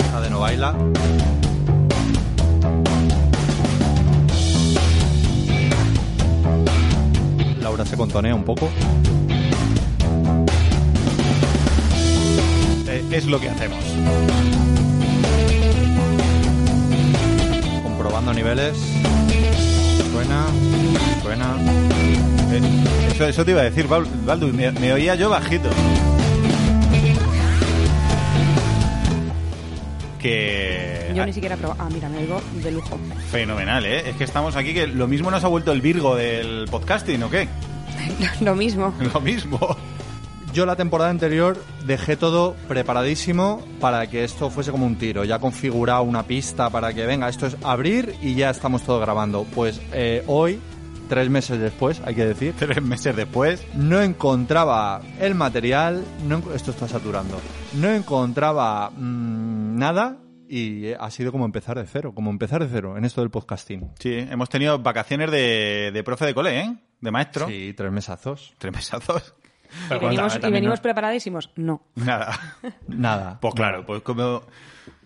Esta de no baila. Laura se contonea un poco. Eh, es lo que hacemos. Comprobando niveles. Suena, suena. Eh, eso, eso te iba a decir, Bal- Baldu. Me, me oía yo bajito. Que. Yo ni siquiera he probado. Ah, mira, me oigo de lujo. Fenomenal, ¿eh? Es que estamos aquí que lo mismo nos ha vuelto el Virgo del podcasting, ¿o qué? Lo mismo. Lo mismo. Yo la temporada anterior dejé todo preparadísimo para que esto fuese como un tiro. Ya configurado una pista para que venga, esto es abrir y ya estamos todo grabando. Pues eh, hoy, tres meses después, hay que decir, Tres meses después. no encontraba el material, no en- esto está saturando, no encontraba mm, nada y eh, ha sido como empezar de cero, como empezar de cero en esto del podcasting. Sí, hemos tenido vacaciones de, de profe de cole, ¿eh? De maestro. Sí, tres mesazos. Tres mesazos. Y Pero bueno, venimos, también y venimos no- preparadísimos. No. Nada. Nada. Pues claro, pues como...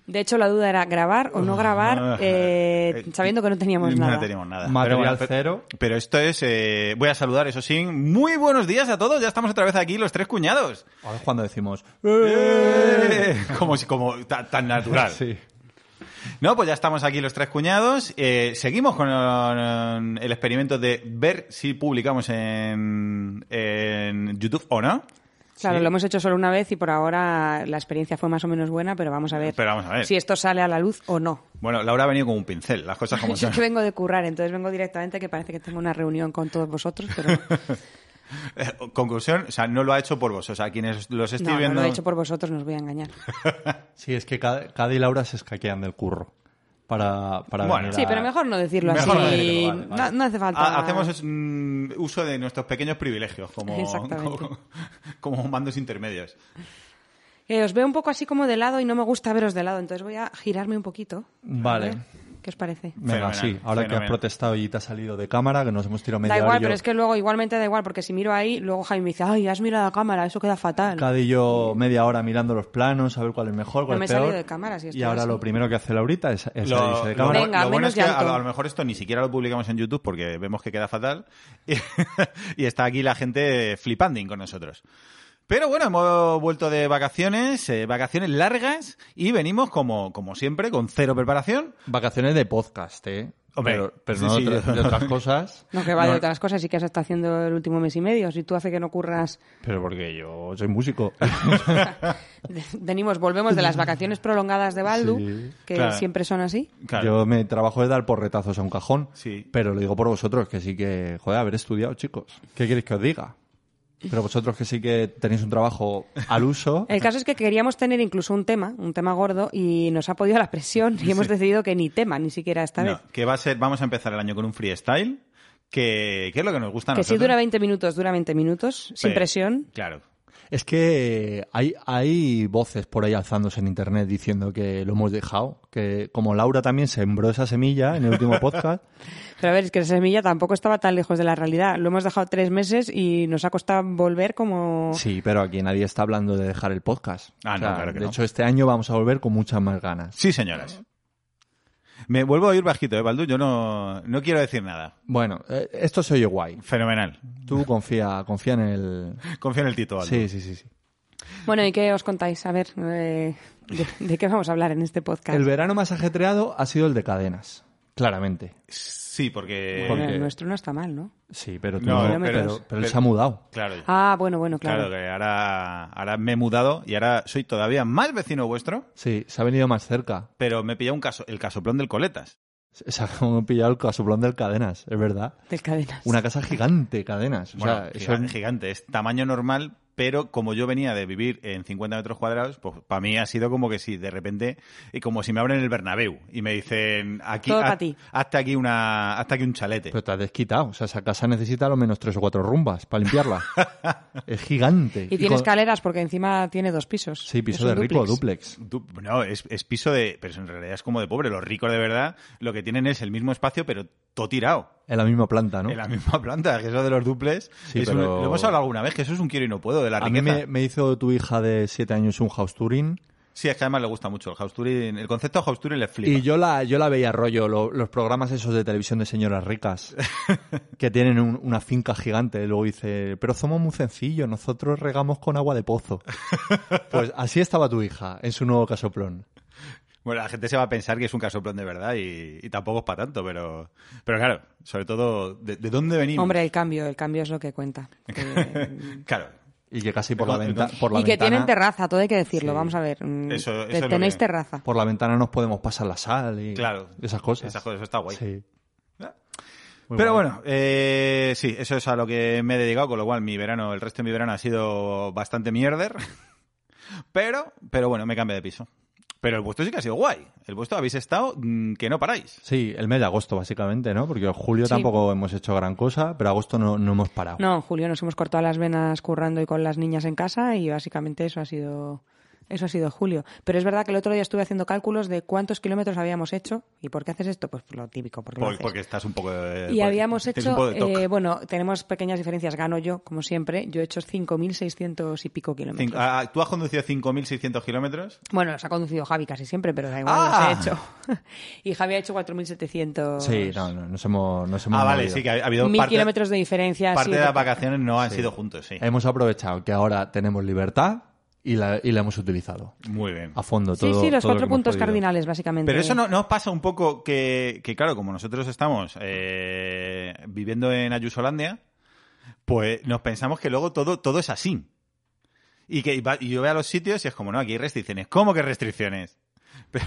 De hecho, la duda era grabar o no grabar, eh, Ah, Eh, sabiendo que no teníamos No nada. teníamos nada. Material Pero pero- cero. Pero esto es... eh, voy a saludar, eso sí. Muy buenos días a todos. Ya estamos otra vez aquí los tres cuñados. Ahora es cuando decimos... Eh, Como, si- como ta- tan natural. Sí. No, pues ya estamos aquí los tres cuñados. Eh, seguimos con eh, el experimento de ver si publicamos en, en YouTube o no. Claro, lo hemos hecho solo una vez y por ahora la experiencia fue más o menos buena, pero vamos a ver, Pero vamos a ver. si esto sale a la luz o no. Bueno, Laura ha venido con un pincel, las cosas como Yo son. es que vengo de currar, entonces vengo directamente, que parece que tengo una reunión con todos vosotros, pero Eh, Conclusión, o sea, no lo ha hecho por vos. O sea, quienes los estoy no, no viendo... lo he hecho por vosotros, no os voy a engañar. Sí, es que Cad Cad y Laura se escaquean del curro para, para Bueno. venir Sí, a- pero mejor no decirlo Mejor no así. decirlo, vale, No, vale. no hace falta. Ha- Ah, hacemos es, mm, uso de nuestros pequeños privilegios como, Exactamente. como, como mandos intermedios. Eh, os veo un poco así como de lado y no me gusta veros de lado, entonces voy a girarme un poquito. A Vale. ver, ¿Qué os parece? Venga, Fenomenal, sí, ahora que fenomenal. has protestado y te has salido de cámara, que nos hemos tirado media Da igual, hora y yo- pero es que luego igualmente da igual, porque si miro ahí, luego Jaime me dice, ay, has mirado a cámara, eso queda fatal. Cad y yo media hora mirando los planos, a ver cuál es mejor, cuál No me es he peor. salido de cámara, si y estoy ahora así. lo primero que hace Laurita es, es Lo, salirse de lo cámara. bueno- Venga, lo bueno menos es que a, llanto. a lo mejor esto ni siquiera lo publicamos en YouTube porque vemos que queda fatal y, y está aquí la gente flipanding con nosotros. Pero bueno, hemos vuelto de vacaciones, eh, vacaciones largas y venimos como, como siempre con cero preparación. Vacaciones de podcast, ¿eh? Hombre, pero pero sí, no sí. de otra- de otras cosas. No, que va de otras cosas y que has estado haciendo el último mes y medio. Si tú hace que no curras, Pero porque yo soy músico. venimos, volvemos de las vacaciones prolongadas de Baldu, Sí, que claro. siempre son así. Claro. Yo me trabajo de dar porretazos a un cajón. Sí. Pero lo digo por vosotros, que sí que, joder, haber estudiado, chicos. ¿Qué queréis que os diga? Pero vosotros que sí que tenéis un trabajo al uso. El caso es que queríamos tener incluso un tema, un tema gordo, y nos ha podido la presión y hemos decidido que ni tema, ni siquiera esta No, vez. que va a ser, vamos a empezar el año con un freestyle, que, que es lo que nos gusta a Que Ah, si nosotros. dura 20 minutos, dura 20 minutos, sin Pero- presión. Claro. Es que hay, hay voces por ahí alzándose en internet diciendo que lo hemos dejado. Que como Laura también sembró esa semilla en el último podcast. Pero a ver, es que la semilla tampoco estaba tan lejos de la realidad. Lo hemos dejado tres meses y nos ha costado volver como... Sí, pero aquí nadie está hablando de dejar el podcast. Ah, no, claro que de no. hecho, este año vamos a volver con muchas más ganas. Sí, señoras. Me vuelvo a oír bajito, ¿eh, Baldu? Yo no, no quiero decir nada. Bueno, eh, esto se oye guay. Fenomenal. Tú confía, confía en el... Confío en el Tito, Baldu. Sí, sí, sí, sí. Bueno, ¿y qué os contáis? A ver, eh, de, de qué vamos a hablar en este podcast? El verano más ajetreado ha sido el de cadenas. claramente. Sí, porque... Bueno, Porque- Eh, el nuestro no está mal, ¿no? Sí, pero tú No, eh, no- pero- pero, pero él pero- se ha mudado. Claro, Ah, bueno, bueno, claro. claro, que ahora, ahora me he mudado y ahora soy todavía más vecino vuestro, Sí, se ha venido más cerca. pero me he pillado un caso, el casoplón del Coletas. Se ha como pillado el casuplón del Cadenas, es verdad. Del cadenas. Una casa gigante, Cadenas. O Bueno, sea, eso- giga- gigante, es tamaño normal, pero como yo venía de vivir en 50 metros cuadrados, pues para mí ha sido como que sí, de repente, y como si me abren el Bernabéu y me dicen, aquí, Todo haz- pa' ti. hazte aquí una, hasta aquí un chalete. Pero te has desquitado. O sea, esa casa necesita a lo menos tres o cuatro rumbas para limpiarla. es gigante. Y tiene con- escaleras porque encima tiene dos pisos. Sí, piso Es de un rico, dúplex. duplex. Du- No, es, es piso de, pero en realidad es como de pobre. Los ricos de verdad lo que tienen es el mismo espacio, pero todo tirado. En la misma planta, ¿no? En la misma planta, que eso de los duples. Sí, es un- pero- lo hemos hablado alguna vez, que eso es un quiero y no puedo de la A mí riqueza. me, me hizo tu hija de siete años un house touring. Sí, es que además le gusta mucho el house touring. El concepto de house touring le flipa. Y yo la, yo la veía rollo, lo- los programas esos de televisión de señoras ricas, que tienen un- una finca gigante. Y luego dice, pero somos muy sencillos, nosotros regamos con agua de pozo. Pues así estaba tu hija en su nuevo casoplón. Bueno, la gente se va a pensar que es un casoplón de verdad y, y tampoco es para tanto, pero, pero claro, sobre todo, ¿de, de dónde venimos? Hombre, el cambio, el cambio es lo que cuenta. Que- Claro, Y que casi por la, Entonces- venta- por la y que ventana... tienen terraza, todo hay que decirlo. Sí. Vamos a ver. mm, Eso- eso te- es lo tenéis que- terraza. por la ventana nos podemos pasar la sal y Claro. esas cosas. Esas cosas, eso está guay. Sí. Muy Pero guay. bueno, eh, sí, eso es a lo que me he dedicado, con lo cual mi verano, el resto de mi verano ha sido bastante mierder. Pero, pero bueno, me cambié de piso. Pero el vuestro sí que ha sido guay. El vuestro habéis estado mm, que no paráis. Sí, el mes de agosto básicamente, ¿no? Porque en julio Sí. tampoco hemos hecho gran cosa, pero agosto no, no hemos parado. No, en Julio nos hemos cortado las venas currando y con las niñas en casa y básicamente eso ha sido eso ha sido Julio. Pero es verdad que el otro día estuve haciendo cálculos de cuántos kilómetros habíamos hecho y por qué haces esto, pues por lo típico, porque lo Por- haces. porque estás un poco. eh, y por- habíamos tienes un poco hecho, de toc. eh, bueno, tenemos pequeñas diferencias. Gano yo, como siempre. Yo he hecho 5.600 y pico kilómetros. Cinco- ah, Tú has conducido 5.600 kilómetros. Bueno, los ha conducido Javi casi siempre, pero da igual, Ah. los he hecho. y Javi ha hecho 4.700. Sí, no, no, nos hemos, nos hemos Ah, vale, movido. sí, que ha ha habido. Mil parte- kilómetros de diferencia. Parte sí, de las porque- vacaciones no han sido juntos, sí. Eh, Hemos aprovechado que ahora tenemos libertad y la, y la hemos utilizado Muy bien. a fondo Sí, todo. sí, los todo lo que cuatro hemos puntos podido. cardinales, básicamente. Pero eso no, no os pasa un poco que, que, claro, como nosotros estamos eh, viviendo en Ayusolandia, pues nos pensamos que luego todo, todo es así. Y que y va- y yo veo a los sitios y es como, no, aquí hay restricciones. ¿Cómo que restricciones? Pero-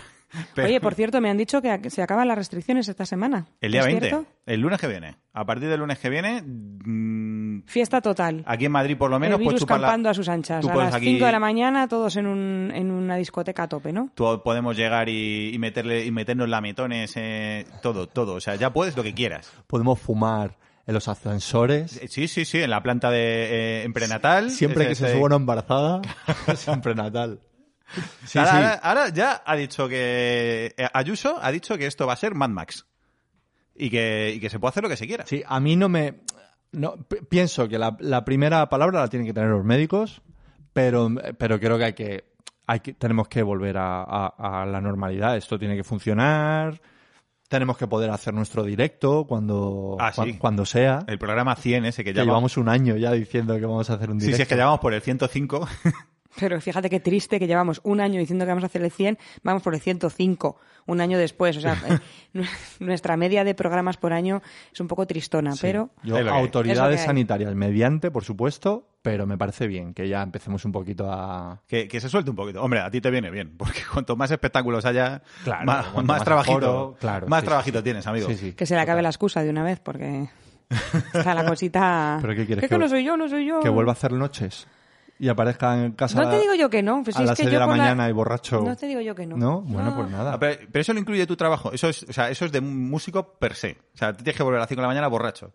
pero- Oye, pues por cierto, me han dicho que ac- se acaban las restricciones esta semana. el día ¿Es 20, cierto? el lunes que viene. A partir del lunes que viene, mm, Fiesta total. aquí en Madrid por lo menos, el pues virus chupar la- campando a sus anchas. tú A puedes las aquí- 5 de la mañana, todos en, un, en una discoteca a tope, ¿no? tú- podemos llegar y, y meterle y meternos lametones, eh, todo, todo. O sea, ya puedes lo que quieras. Podemos fumar en los ascensores. Sí, sí, sí, en la planta de eh, en prenatal. Siempre Ese- que se ese- suba una embarazada, siempre natal. Sí, ahora, sí. ahora- ahora ya ha dicho que eh, Ayuso ha dicho que esto va a ser Mad Max y que, y que se puede hacer lo que se quiera. Sí, a mí no me. No, pi- pienso que la, la primera palabra la tienen que tener los médicos, pero, pero creo que hay que. Hay que tenemos que volver a, a- a la normalidad. Esto tiene que funcionar. Tenemos que poder hacer nuestro directo cuando, Ah, sí. cuan- cuando sea. El programa 100 ese que Ya ya vamos. llevamos un año ya diciendo que vamos a hacer un Sí, directo. sí, es que ya vamos por el 105. Pero fíjate qué triste que llevamos un año diciendo que vamos a hacer el 100, vamos por el 105, un año después. O sea, eh, nu- nuestra media de programas por año es un poco tristona, Sí. pero Yo, Es lo que hay. autoridades Es lo que hay. sanitarias mediante, por supuesto, pero me parece bien que ya empecemos un poquito a. Que, que se suelte un poquito. Hombre, a ti te viene bien, porque cuanto más espectáculos haya, Claro, más, cuanto más más trabajito, aforo, claro, más sí, trabajito tienes, amigo. Sí, sí. que se le acabe la excusa de una vez, porque está la cosita... ¿Pero qué quieres, Es que que no vu- soy yo, no soy yo. Que vuelva a hacer noches y aparezca en casa. No te digo yo que no, pues a si es las que seis de yo la con la- mañana y borracho. No te digo yo que no. ¿No? Bueno, pues Ah, nada. Pero, pero eso no incluye tu trabajo. Eso es, o sea, eso es de músico per se. O sea, tú tienes que volver a las 5 de la mañana borracho.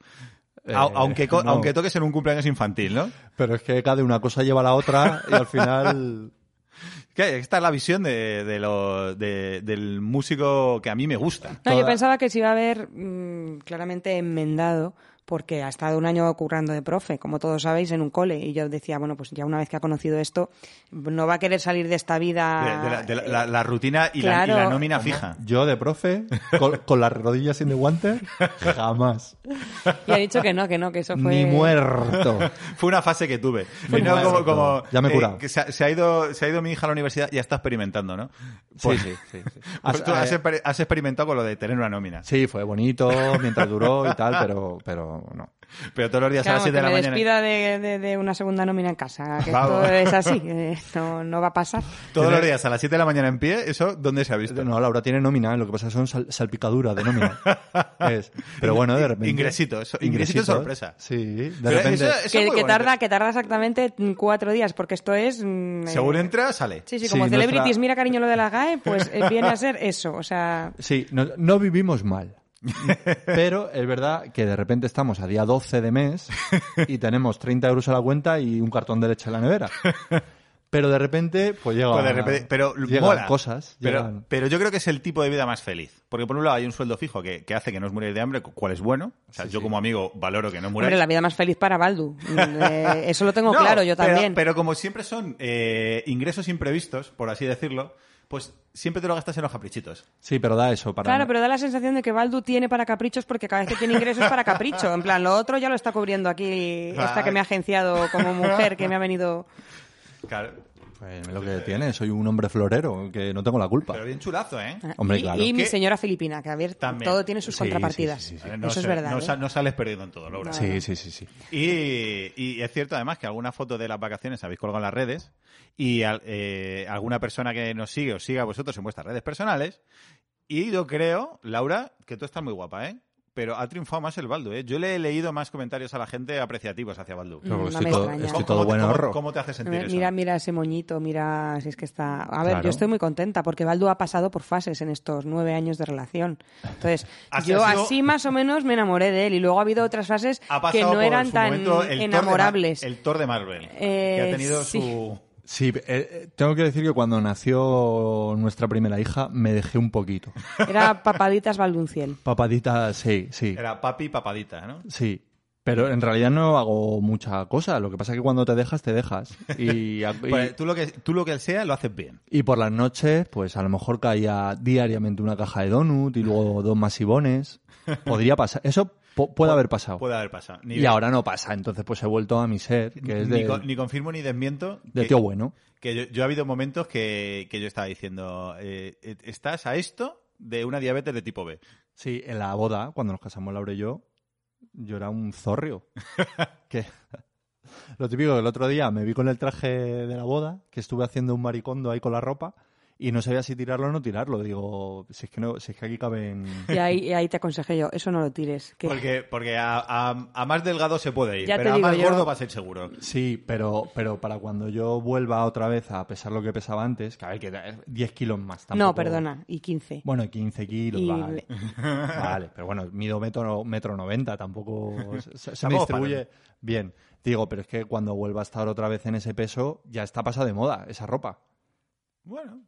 Eh, Au- aunque, co- no. aunque toques en un cumpleaños infantil, ¿no? Pero es que cada una cosa lleva a la otra y al final. Que esta es la visión de, de lo- de- del músico que a mí me gusta. No, Toda- yo pensaba que se iba a ver mm, claramente enmendado porque ha estado un año currando de profe, como todos sabéis, en un cole. Y yo decía, bueno, pues ya una vez que ha conocido esto, no va a querer salir de esta vida. De- de la, de la- la- la rutina y, la, y Claro. la nómina fija. Yo de profe, con, con las rodillas sin de guantes, jamás. Y ha dicho que no, que no, que eso fue. Ni muerto. Fue una fase que tuve. Fue Y no una como, fase. como, Ya me he eh, curado. que se, ha- se ha ido, se ha ido mi hija a la universidad y ya está experimentando, ¿no? Pues- sí, sí, sí. pues tú Has- has, exper- has experimentado con lo de tener una nómina. Sí, fue bonito mientras duró y tal, pero, pero no. Pero todos los días a Claro, las 7 que de la me mañana. despida de, de- de una segunda nómina en casa, que Vamos. esto es así, eh, no, no va a pasar. Todos los días a las 7 de la mañana en pie, ¿eso dónde se ha visto? No, Laura tiene nómina, lo que pasa son sal- salpicadura de nómina. Es- Pero bueno, de repente. Ingresito, eso- ingresito sorpresa. Sí, de Pero repente. eso- eso es que, muy que bonito. tarda, que tarda exactamente mm, cuatro días, porque esto es... mm, Según eh, entra, sale. Sí, sí, Sí, como nuestra- celebrities, mira cariño lo de la GAE, pues eh, viene a ser eso, o sea... Sí, no, no vivimos mal. Pero es verdad que de repente estamos a día 12 de mes y tenemos 30 euros a la cuenta y un cartón de leche en la nevera. Pero de repente, pues llega. Pues de repente- pero llegan mola. cosas. Pero, llegan- pero yo creo que es el tipo de vida más feliz. Porque por un lado hay un sueldo fijo que, que hace que no os muráis de hambre, cu- cual es bueno. O sea, yo como amigo valoro que no os muráis. Hombre, la vida más feliz para Baldu. Mm, eh, eso lo tengo No, claro, yo pero- también. Pero como siempre son eh, ingresos imprevistos, por así decirlo, pues siempre te lo gastas en los caprichitos. Sí, pero da eso para. Claro, pero da la sensación de que Baldu tiene para caprichos porque cada vez que tiene ingresos para capricho. En plan, lo otro ya lo está cubriendo aquí esta que me ha agenciado como mujer que me ha venido... Claro. Pues lo que tiene, soy un hombre florero, que no tengo la culpa. Pero bien chulazo, ¿eh? Hombre, y, claro. y mi ¿Qué? señora filipina, que a ver, También. todo tiene sus Sí, contrapartidas. sí, sí, sí, Eh, no Eso sé, es verdad. No, ¿eh? sa- no sales perdiendo en todo, Laura. Sí, sí, sí, sí. Mm, Y, y es cierto, además, que alguna foto de las vacaciones habéis colgado en las redes y al- eh, alguna persona que nos sigue os siga a vosotros en vuestras redes personales. Y yo creo, Laura, que tú estás muy guapa, ¿eh? Pero ha triunfado más el Baldu, ¿eh? Yo le he leído más comentarios a la gente apreciativos hacia Baldu. Pero No estoy, me todo, extraña. estoy ¿Cómo- todo cómo te- buen cómo- horro. ¿Cómo te hace sentir Mm. Mira, eso? mira, mira ese moñito, mira, si es que está... A ver, Claro. yo estoy muy contenta porque Baldu ha pasado por fases en estos nueve años de relación. Entonces, Así yo ha sido- así más o menos me enamoré de él y luego ha habido otras fases ha que pasado no por eran su tan momento el Thor de Mar- enamorables. el Thor de Marvel. Eh, que ha tenido sí. su. Sí, eh, eh, tengo que decir que cuando nació nuestra primera hija me dejé un poquito. Era papaditas Baldunciel. Papadita, sí, sí. Era papi papadita, ¿no? Sí. Pero en realidad no hago mucha cosa. Lo que pasa es que cuando te dejas, te dejas. Y, y- Pues tú, lo que, tú lo que sea, lo haces bien. y por las noches, pues a lo mejor caía diariamente una caja de donut y luego dos masivones. Podría pasar. Eso po- puede haber pasado. Puede haber pasado. Ni, Y ahora no pasa. Entonces, pues he vuelto a mi ser, que es ni, de, con- ni confirmo ni desmiento. de que- tío bueno. Que yo, yo ha habido momentos que, que yo estaba diciendo, eh, eh, estás a esto de una diabetes de tipo B. Sí, en la boda, cuando nos casamos Laura y yo, yo era un zorrio. que lo típico que el otro día me vi con el traje de la boda, que estuve haciendo un maricondo ahí con la ropa y no sabía si tirarlo o no tirarlo. Digo, si es que no, si es que aquí caben Y ahí, y ahí te aconsejé yo, eso no lo tires. que- Porque, porque a, a- a más delgado se puede ir, Ya te pero a digo más yo. gordo va a ser seguro. Sí, pero pero para cuando yo vuelva otra vez a pesar lo que pesaba antes, que a ver, que da- 10 kilos más tampoco. No, perdona, y 15. Bueno, 15 kilos, Y- vale. Vale, pero bueno, mido metro, metro 90, tampoco se- se, se me Tampoco para distribuye bien. Digo, pero es que cuando vuelva a estar otra vez en ese peso, ya está pasada de moda esa ropa. Bueno,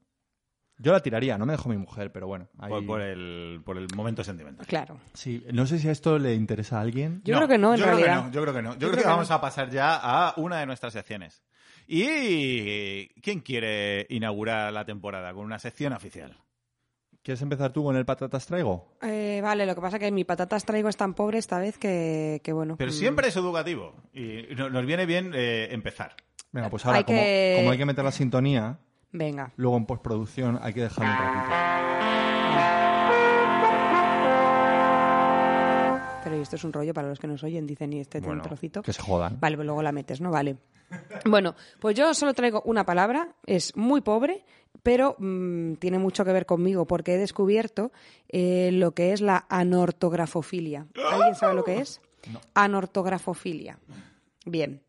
Yo la tiraría, no me dejó mi mujer, pero bueno. ahí- Pues por, por el, por el momento sentimental. Claro. Sí, no sé si a esto le interesa a alguien. Yo creo que no, en yo realidad. Creo que no, yo creo que no. Yo, creo, que, vamos a pasar ya a una de nuestras secciones. ¿Y quién quiere inaugurar la temporada con una sección oficial? ¿Quieres empezar tú con el patatas traigo? Eh, vale, lo que pasa es que mi patatas traigo es tan pobre esta vez que, que bueno. Pero mm, siempre es educativo y no- nos viene bien eh, empezar. Venga, pues ahora, Hay como, que- como hay que meter la sintonía, Mm, Venga. luego en postproducción hay que dejar un ratito. Pero esto es un rollo para los que nos oyen, dicen, y este tiene un trocito. que se jodan. Vale, pues luego la metes, ¿no? Vale. Bueno, pues yo solo traigo una palabra, es muy pobre, pero mm, tiene mucho que ver conmigo, porque he descubierto eh, lo que es la anortografofilia. ¿Alguien sabe lo que es? Anortografofilia. Bien.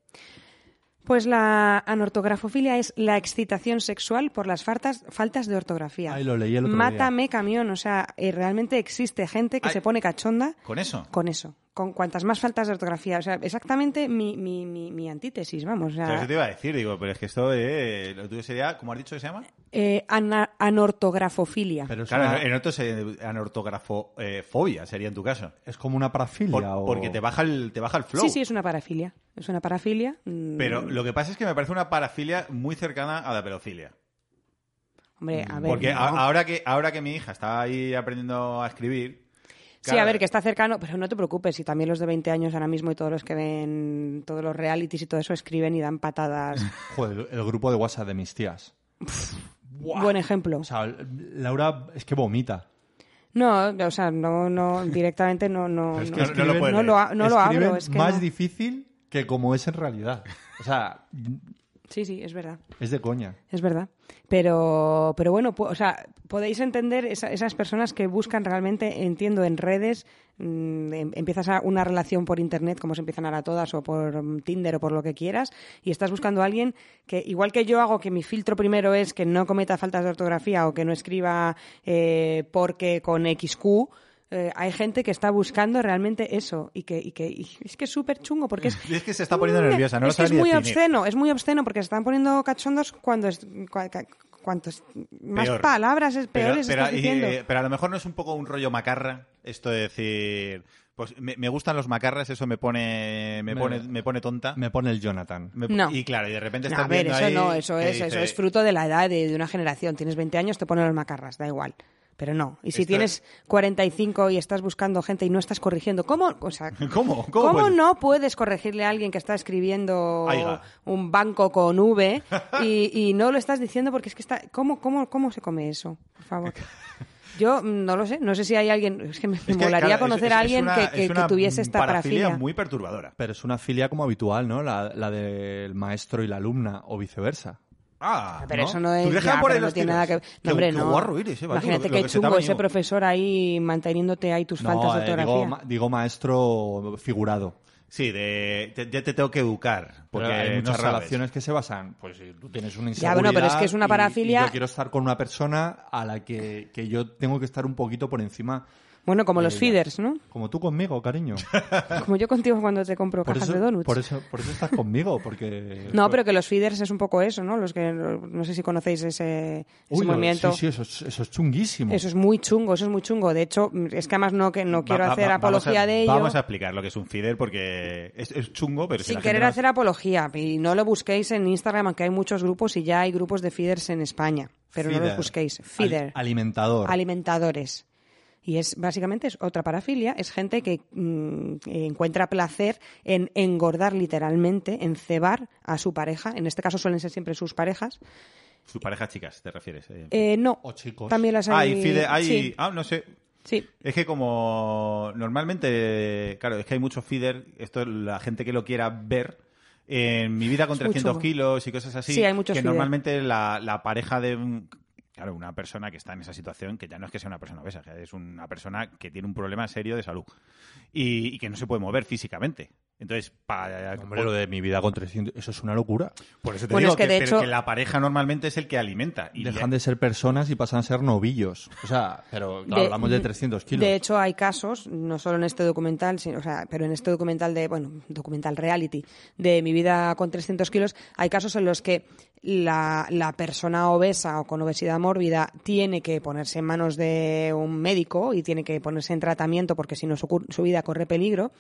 Pues la anortografofilia es la excitación sexual por las faltas, faltas de ortografía. Ay, lo leí el otro día. Mátame camión, o sea, eh, realmente existe gente que Ay. se pone cachonda Con eso. con eso. con cuantas más faltas de ortografía. O sea, exactamente mi, mi, mi, mi antítesis, vamos. O sea, Pero eso te iba a decir, digo, pero es que esto eh, lo tuyo sería, como has dicho que se llama? eh, ana- anortografofilia. Pero es, Claro, una- en otro se- anortografofobia sería en tu caso. es como una parafilia. Por- o- Porque te baja el, te baja el flow. Sí, sí, es una parafilia. Es una parafilia. mm, Pero lo que pasa es que me parece una parafilia muy cercana a la pedofilia. Hombre, a ver. Porque no. a- ahora, que, ahora que mi hija está ahí aprendiendo a escribir. sí, claro, a ver, que está cercano, pero no te preocupes, si también los de 20 años ahora mismo y todos los que ven todos los realities y todo eso escriben y dan patadas. Joder, el- el grupo de WhatsApp de mis tías. Buen ejemplo. O sea, Laura es que vomita. No, o sea, no, no, directamente no, no, es no, que no- no lo puede no leer. lo, ha- no lo Escriben abro, es que más no. difícil que como es en realidad. O sea, Sí, sí, es verdad. es de coña. Es verdad. Pero, pero bueno, po- o sea, podéis entender esa- esas personas que buscan realmente, entiendo, en redes, mm, em- empiezas a una relación por internet, como se empiezan ahora todas, o por mm, Tinder o por lo que quieras, y estás buscando a alguien que, igual que yo hago que mi filtro primero es que no cometa faltas de ortografía o que no escriba eh, porque con XQ, eh, hay gente que está buscando realmente eso y que, y que y es que es súper chungo porque es, Y es que se está poniendo Mm, nerviosa, no lo es que sabe es ni muy definir. obsceno, es muy obsceno porque se están poniendo cachondos cuando es, cua- ca- cuantos más Peor. palabras es Pero, peores pero- estás y, diciendo. eh, pero a lo mejor no es un poco un rollo macarra esto de decir pues me, me gustan los macarras eso me pone me, Me- pone me pone tonta Me pone el Jonathan. Me- No. y claro y de repente No, estás a ver, viendo eso ahí no, eso que es, eso dice, es fruto de la edad de, de una generación. Tienes 20 años, te ponen los macarras, da igual. Pero no. Y si Esto tienes 45 y estás buscando gente y no estás corrigiendo, ¿cómo? O sea, ¿Cómo? ¿Cómo ¿Cómo, puedes? no puedes corregirle a alguien que está escribiendo Aiga. un banco con V y, y no lo estás diciendo porque es que está. ¿Cómo, cómo, cómo se come eso? Por favor. Yo mm, no lo sé. No sé si hay alguien. Es que me es que, molaría claro, es- conocer es- a es alguien una- que- es que, que una tuviese esta parafilia parafilia. muy perturbadora Pero es una filia como habitual, ¿no? La, la del maestro y la alumna, o viceversa. Pues ah Pero ¿no? eso no es. Tú deja ya, por pero ahí no los tiene tiros. nada que Qué- No, hombre, qué no. guarro eres, eh, Valero, lo- Imagínate lo qué que se te ha chungo venido. ese profesor ahí manteniéndote ahí tus faltas de eh, digo, ortografía. ma- digo maestro figurado. sí de te- ya te tengo que educar porque Porque hay eh, no muchas sabes. relaciones que se basan, pues si tú tienes una Ya, inseguridad. bueno, pero es que es una y- y parafilia- yo quiero estar con una persona a la que, que yo tengo que estar un poquito por encima. Bueno, como los Ya. feeders, ¿no? Como tú conmigo, cariño. Como yo contigo cuando te compro Por cajas eso, de donuts. por eso, por eso estás conmigo, porque. No, pero que los feeders es un poco eso, ¿no? Los que no sé si conocéis ese, ese Uy, lo- movimiento. Sí, sí, eso, es- eso es chunguísimo. Eso es muy chungo, eso es muy chungo. De hecho, es que además no que no Va- quiero va- hacer va- vamos apología a- de ello. Vamos a explicar lo que es un feeder porque es, es chungo, pero si sin la gente querer no- hacer apología y no lo busquéis en Instagram, aunque hay muchos grupos y ya hay grupos de feeders en España, pero no los Feeder. busquéis. Al- Feeder. alimentador. alimentadores. Y es básicamente es otra parafilia, es gente que mm, encuentra placer en engordar literalmente, en cebar a su pareja, en este caso suelen ser siempre sus parejas. Su pareja chicas, te refieres. eh. Eh, no, O Oh, chicos. también las ah, hay. y feeder, hay- Sí, ah, no sé. sí. Es que como normalmente, claro, es que hay muchos feeder, esto la gente que lo quiera ver, en mi vida con Es muy 300 chungo. kilos y cosas así, Sí, hay muchos que feeder. normalmente la, la pareja de un- Claro, una persona que está en esa situación, que ya no es que sea una persona obesa, que es una persona que tiene un problema serio de salud y, y que no se puede mover físicamente. Entonces, para, Hombre, lo de mi vida con 300, eso es una locura. por eso te Bueno, digo es que que, de pero hecho- que la pareja normalmente es el que alimenta. Y Dejan de ser personas y pasan a ser novillos. O sea, pero claro, De- hablamos de 300 kilos. De hecho, hay casos, no solo en este documental, sino, o sea, pero en este documental de, bueno, documental reality, de mi vida con 300 kilos, hay casos en los que la, la persona obesa o con obesidad mórbida tiene que ponerse en manos de un médico y tiene que ponerse en tratamiento porque si no su, cur- su vida corre peligro.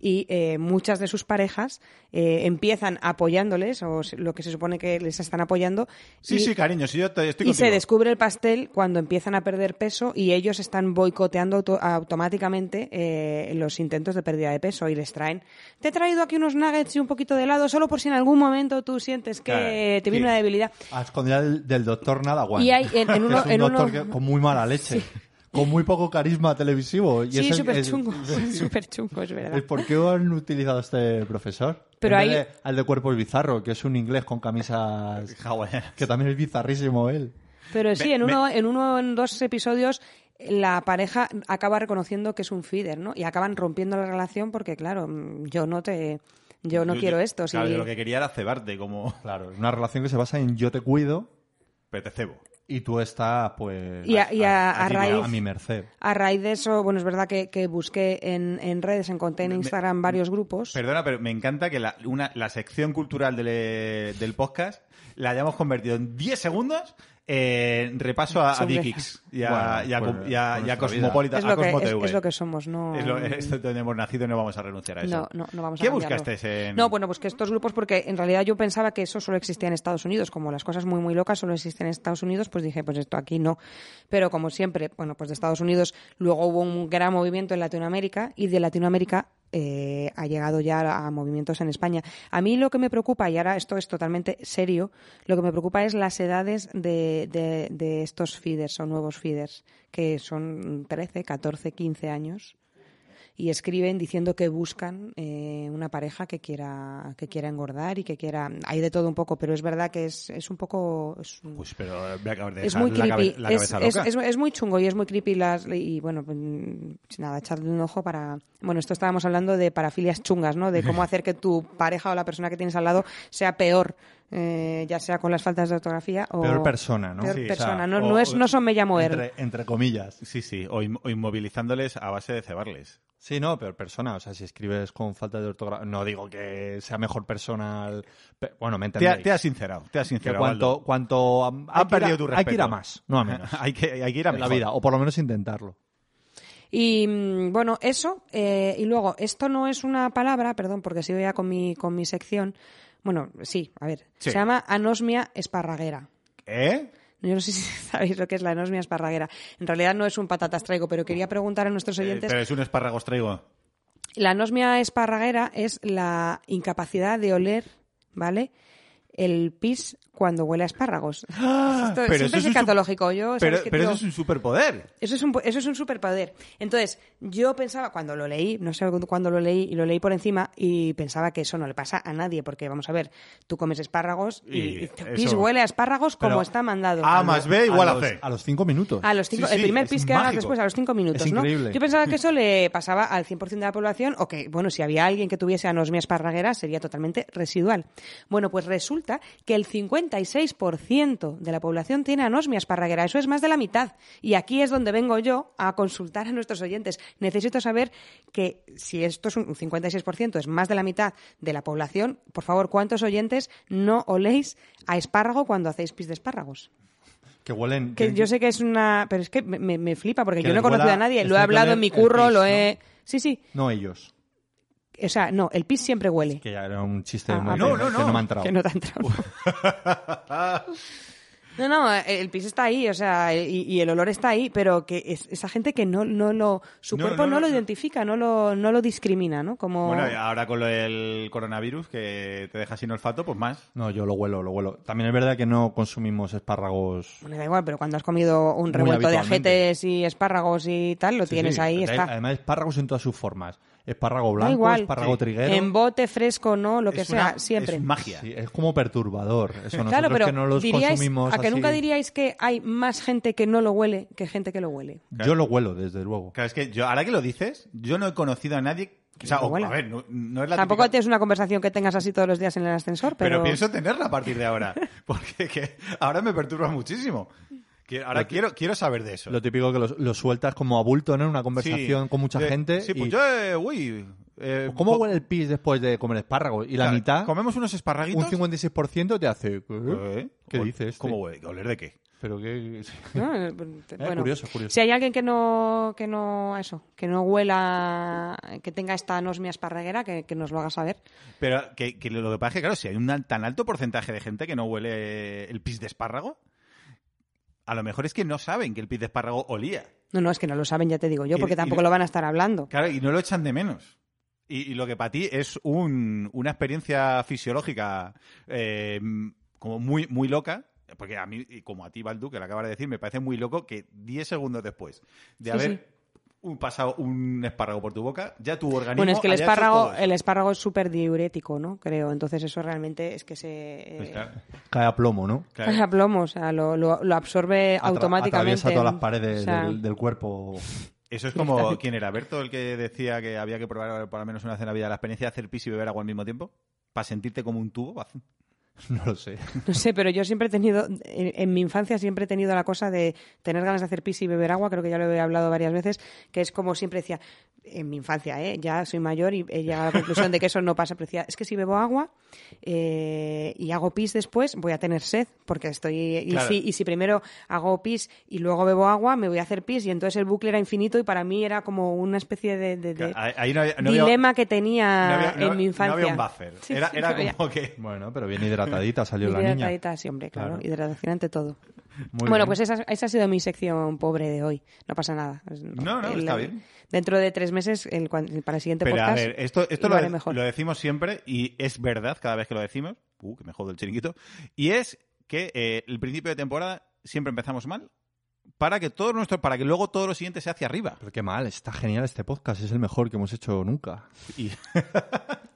Y eh, muchas de sus parejas eh, empiezan apoyándoles o se- lo que se supone que les están apoyando. Sí, y- sí, cariño, si yo te- estoy y se contigo. descubre el pastel cuando empiezan a perder peso y ellos están boicoteando auto- automáticamente eh, los intentos de pérdida de peso y les traen. Te he traído aquí unos nuggets y un poquito de helado solo por si en algún momento tú sientes que Claro, te viene sí. una debilidad. A esconder del, del doctor nada guay. Y hay en- en Que uno- es un en doctor uno- que- con muy mala leche. Con muy poco carisma televisivo. Y sí, es el- súper es- chungo, súper chungo, es verdad. el ¿Por qué han utilizado a este profesor? Pero En vez hay- de- al de cuerpos bizarro, que es un inglés con camisas Hawaiianas. que también es bizarrísimo él. Pero sí, Me- en uno, en uno o en dos episodios la pareja acaba reconociendo que es un feeder, ¿no? Y acaban rompiendo la relación porque, claro, mm, yo no te... Yo no Yo- quiero yo- esto. Claro, si- yo lo que quería era cebarte, como Claro, una relación que se basa en yo te cuido pero te cebo. Y tú estás, pues. Y a- y a- a allí, raíz- mi merced. A raíz de eso, bueno, es verdad que, que busqué en, en redes, encontré en Instagram varios grupos. Perdona, pero me encanta que la, una- la sección cultural del, del podcast la hayamos convertido en 10 segundos en repaso a, a Sobre- Dikix y a, Bueno, y a- pues, y a- y a con nuestra Cosmopolita, es, a lo que, Cosmo es, TV. es lo que somos, no. Es lo- es donde hemos nacido y no vamos a renunciar a eso. No, no, no vamos a ¿Qué cambiarlo. buscaste en...? No, bueno, pues que estos grupos, porque en realidad yo pensaba que eso solo existía en Estados Unidos. Como las cosas muy, muy locas solo existen en Estados Unidos, pues dije, pues esto aquí no. Pero como siempre, bueno, pues de Estados Unidos luego hubo un gran movimiento en Latinoamérica y de Latinoamérica eh, ha llegado ya a movimientos en España. A mí lo que me preocupa, y ahora esto es totalmente serio, lo que me preocupa es las edades de, de- de estos feeders o nuevos feeders, que son 13, 14, 15 años y escriben diciendo que buscan eh, una pareja que quiera que quiera engordar y que quiera hay de todo un poco pero es verdad que es, es un poco es, un- Pues pero me acabas de es dejar muy la, cabe- creepy la es, cabeza es- loca. es- es muy chungo y es muy creepy las y bueno pues, mm, nada echarle un ojo para bueno esto estábamos hablando de parafilias chungas no de cómo hacer que tu pareja o la persona que tienes al lado sea peor eh, ya sea con las faltas de ortografía o Peor persona, ¿no? peor Sí, o sea, persona no, o- no es no son me llamo Er. entre, entre comillas. Sí, sí, o, in- o inmovilizándoles a base de cebarles. Sí, no, peor persona. O sea, si escribes con falta de ortografía. No digo que sea mejor personal. pe- Bueno, me Te, ha- entendéis. te has sincerado, te has que sincerado. cuanto, Aldo. cuanto am- hay Han que ir a- perdido tu Hay que ir a respeto. más, no a menos. hay, que, hay que ir a en la mejor. vida, o por lo menos intentarlo. Y mm, bueno, eso. eh, y luego, esto no es una palabra, perdón, porque sigo ya con mi, con mi sección. Bueno, sí, a ver. Sí. Se llama anosmia esparraguera. ¿Eh? Yo no sé si sabéis lo que es la anosmia esparraguera. En realidad no es un patatas traigo, pero quería preguntar a nuestros Eh, oyentes. Pero es un espárragos traigo. La anosmia esparraguera es la incapacidad de oler, ¿vale? El pis cuando huele a espárragos. Esto Ah, pero eso siempre es es un sup- escatológico. Yo, ¿sabes Pero, qué, pero tío? eso es un superpoder. Eso es un, po- eso es un superpoder. Entonces, yo pensaba, cuando lo leí, no sé cuándo lo leí, y lo leí por encima, y pensaba que eso no le pasa a nadie, porque vamos a ver, tú comes espárragos y, Y y tu eso- pis huele a espárragos como Pero- está mandado. A más B igual a los, C. a los cinco minutos. A los cinco, Sí, sí, el primer es pis que hagas mágico. después, a los cinco minutos, Es ¿no? increíble. Yo pensaba que eso le pasaba al 100% de la población o que, bueno, si había alguien que tuviese anosmia esparraguera sería totalmente residual. Bueno, pues resulta que el 56% de la población tiene anosmia esparraguera. Eso es más de la mitad. Y aquí es donde vengo yo a consultar a nuestros oyentes. Necesito saber que si esto es un 56%, es más de la mitad de la población, por favor, ¿cuántos oyentes no oléis a espárrago cuando hacéis pis de espárragos? que huelen. Que tienen yo sé que es una. Pero es que me, me- me flipa porque Que yo no he les huela- conocido a nadie. les Lo he tiene que hablado oler en mi el curro, pis, lo he. Sí, sí. No ellos. O sea, no, el pis siempre huele. Que ya era un chiste Ah, muy ah, bueno, no, no, que no. no me ha entrado. Que no te ha entrado. No, no, eh, el pis está ahí, o sea, y, y el olor está ahí, pero que es- esa gente que no, no lo. Su No, cuerpo no, no, no, lo no. identifica, no lo, no lo discrimina, ¿no? Como. Bueno, y ahora con lo del coronavirus que te deja sin olfato, pues más. No, yo lo huelo, lo huelo. También es verdad que no consumimos espárragos. Bueno, da igual, pero cuando has comido un Muy revuelto de habitualmente. ajetes y espárragos y tal, lo Sí, tienes sí. ahí, Da- está. Además, espárragos en todas sus formas. Espárrago da blanco, igual. espárrago triguero. En bote, fresco, no, lo que Es sea, una- siempre. Es magia. Sí, es como perturbador. Eso nosotros Claro, pero que no los diríais, consumimos a que así- nunca diríais que hay más gente que no lo huele que gente que lo huele. Yo lo huelo, desde luego. Claro, es que yo, ahora que lo dices, yo no he conocido a nadie. O sea, Que o- huela. a ver, no, no es la Tampoco típica- tienes una conversación que tengas así todos los días en el ascensor, pero... pero, pienso tenerla a partir de ahora. Porque que ahora me perturba muchísimo. Que Ahora quiero, quiero saber de eso. Lo típico que lo, lo sueltas como a bulto ¿no? en una conversación Sí. con mucha De- gente. Sí, y- pues, pues yo, eh, uy. eh, ¿Cómo co- huele el pis después de comer espárragos? Y la claro, mitad, Comemos unos un esparraguitos. 56% te hace... ¿eh? ¿Eh? ¿Qué Ol- dices? ¿Cómo huele? ¿Oler de qué? Pero qué... ¿no? Eh, curioso, curioso. Si hay alguien que no, que no, eso, que no huela, que tenga esta anosmia esparraguera, que, que nos lo haga saber. Pero que, que lo que pasa es que, claro, si hay un tan alto porcentaje de gente que no huele el pis de espárrago, a lo mejor es que no saben que el pis de espárrago olía. No, no, es que no lo saben, ya te digo Y- yo, porque y- tampoco lo van a estar hablando. Claro, y no lo echan de menos. Y, y lo que para ti es un- una experiencia fisiológica eh, como muy, muy loca, porque a mí, y como a ti, Baldu, que lo acabas de decir, me parece muy loco que 10 segundos después de Sí, haber sí. un- pasado un espárrago por tu boca, ya tu organismo... Bueno, es que el haya hecho todo espárrago, eso. el espárrago es súper diurético, ¿no? Creo. Entonces eso realmente es que se eh, Pues claro, Cae a plomo, ¿no? claro. cae a plomo, o sea, lo, lo- lo absorbe Atra- automáticamente. Atraviesa todas las paredes O sea, del, del cuerpo. Eso es como, ¿quién era? ¿Berto el que decía que había que probar por al menos una vez en la vida la experiencia de hacer pis y beber agua al mismo tiempo? ¿Para sentirte como un tubo? No lo sé. No sé, pero yo siempre he tenido, en, en mi infancia siempre he tenido la cosa de tener ganas de hacer pis y beber agua, creo que ya lo he hablado varias veces, que es como siempre decía, en mi infancia, ¿eh? ya soy mayor y he llegado a la conclusión de que eso no pasa, pero decía, es que si bebo agua eh, y hago pis después, voy a tener sed, porque estoy, y, Claro. si, y si primero hago pis y luego bebo agua, me voy a hacer pis, y entonces el bucle era infinito y para mí era como una especie de... de- de- Ahí- ahí no había- ah, no había- dilema que tenía No había- no- Ah, en mi infancia. No había un buffer. Sí, era sí, era no había. como que. Bueno, pero bien hidratadita salió la niña. Hidratadita, sí, hombre, claro. Claro. Hidratación ante todo. Muy bueno, bien. pues esa, esa ha sido mi sección pobre de hoy. No pasa nada. No, no, está bien. Dentro de tres meses, el, cuan- el- para el siguiente Pero a podcast, ver, esto, esto lo, lo, haré de- mejor. lo decimos siempre y es verdad cada vez que lo decimos. Uh, que me jodo el chiringuito. Y es que eh, el principio de temporada siempre empezamos mal para que todo nuestro, para que luego todo lo siguiente sea hacia arriba. Pero qué mal, está genial este podcast, es el mejor que hemos hecho nunca. Y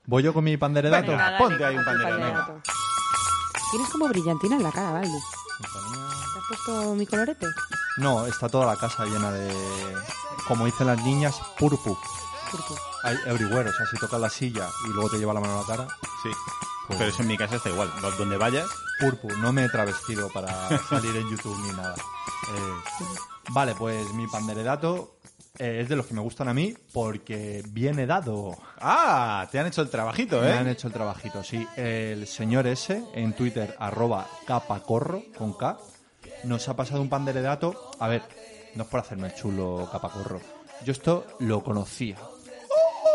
Voy yo con mi pan de datos. Venga, dale, ponte ahí un ponte pandero, el venga. gato. Tienes como brillantina en la cara, Baldu. ¿Te has puesto mi colorete? No, está toda la casa llena de, como dicen las niñas, purpu. ¿Por qué? Hay everywhere, o sea, si tocas la silla y luego te lleva la mano a la cara, Sí. Pero eso en mi casa está igual. Donde vayas, purpu. No me he travestido para salir en YouTube ni nada. Eh, vale, pues mi panderedato eh, es de los que me gustan a mí porque viene dado. ¡Ah! Te han hecho el trabajito, Me ¿eh? han hecho el trabajito, sí. El señor S en Twitter, arroba capacorro con K, nos ha pasado un panderedato. A ver, no es por hacerme el chulo capacorro. Yo esto lo conocía,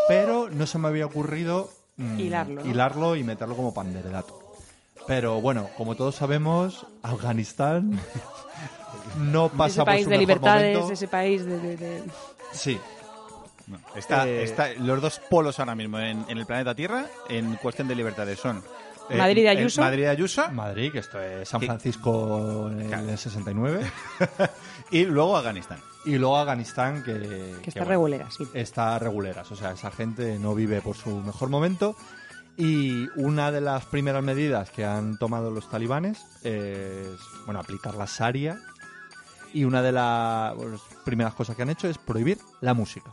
pero no se me había ocurrido mm, Hilarlo, ¿no? hilarlo y meterlo como panderedato. Pero bueno, como todos sabemos, Afganistán no pasa Ese por país su de mejor libertades, momento. ese país de... de- de- Sí, No, está, Eh, está- los dos polos ahora mismo en, en el planeta Tierra en cuestión de libertades son eh, Madrid y eh, Ayuso. Madrid y Ayuso Madrid, que esto es San Que- Francisco en el 69. y luego Afganistán. Y luego Afganistán, que, que, que está bueno, regulera, sí. está reguleras. O sea, esa gente no vive por su mejor momento. Y una de las primeras medidas que han tomado los talibanes es, bueno, aplicar la Sharia. Y una de la- bueno, las primeras cosas que han hecho es prohibir la música.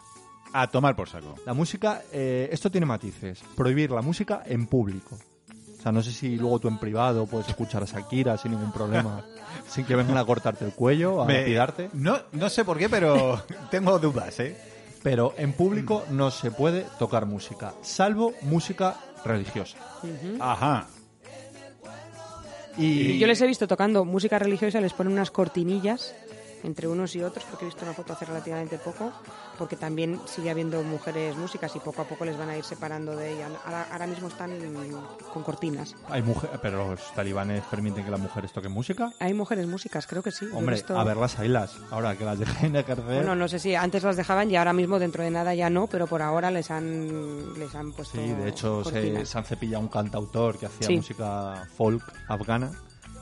A tomar por saco. La música, eh, esto tiene matices. Prohibir la música en público. O sea, no sé si luego tú en privado puedes escuchar a Shakira sin ningún problema, sin que vengan a cortarte el cuello, a Me- lapidarte. No, no sé por qué, pero tengo dudas, ¿eh? Pero en público no se puede tocar música, salvo música religiosa. ¿Mm? Ajá. Y Yo les he visto tocando música religiosa, les ponen unas cortinillas entre unos y otros, porque he visto una foto hace relativamente poco, porque también sigue habiendo mujeres músicas y poco a poco les van a ir separando de ella. Ahora, ahora mismo están con cortinas. hay mujeres, pero los talibanes permiten que las mujeres toquen música. Hay mujeres músicas, creo que sí. yo he Hombre, visto- a verlas ailas. Ahora que las dejen ejercer. Bueno, no sé si antes las dejaban y ahora mismo dentro de nada ya no, pero por ahora les han, les han puesto. Sí, de hecho se, cortinas. se han cepillado un cantautor que hacía Sí. música folk afgana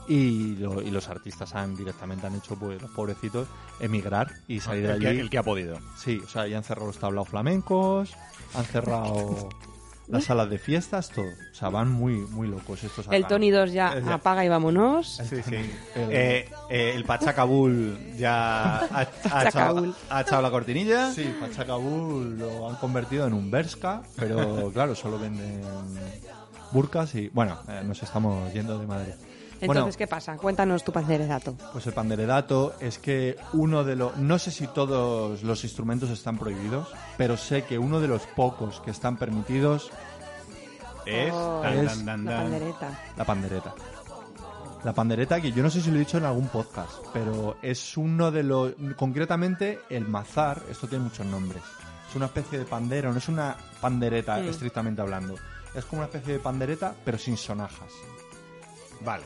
y, lo- y los artistas han directamente han hecho pues los pobrecitos emigrar y salir de El que, allí. el que ha podido. Sí, o sea, ya han cerrado los tablaos flamencos, han cerrado las salas de fiestas, todo. O sea, van muy, muy locos estos El afganos. Tony 2 ya Eh, ya. apaga y vámonos. Sí, sí. El- Eh, eh, el Pachacabul ya ha, ha Pachacabul. echado, ha echado la cortinilla. Sí, Pachacabú lo han convertido en un Berska, pero claro, solo venden burcas y bueno, eh, nos estamos yendo de madre. Entonces, bueno, ¿qué pasa? Cuéntanos tu panderedato. pues el panderedato es que uno de los... No sé si todos los instrumentos están prohibidos, pero sé que uno de los pocos que están permitidos, Es. Oh, tan, es tan, tan, La tan. pandereta. la pandereta. La pandereta, que yo no sé si lo he dicho en algún podcast, pero es uno de los... Concretamente, el mazar, esto tiene muchos nombres. Es una especie de pandero, no es una pandereta Mm. estrictamente hablando. Es como una especie de pandereta, pero sin sonajas. Vale.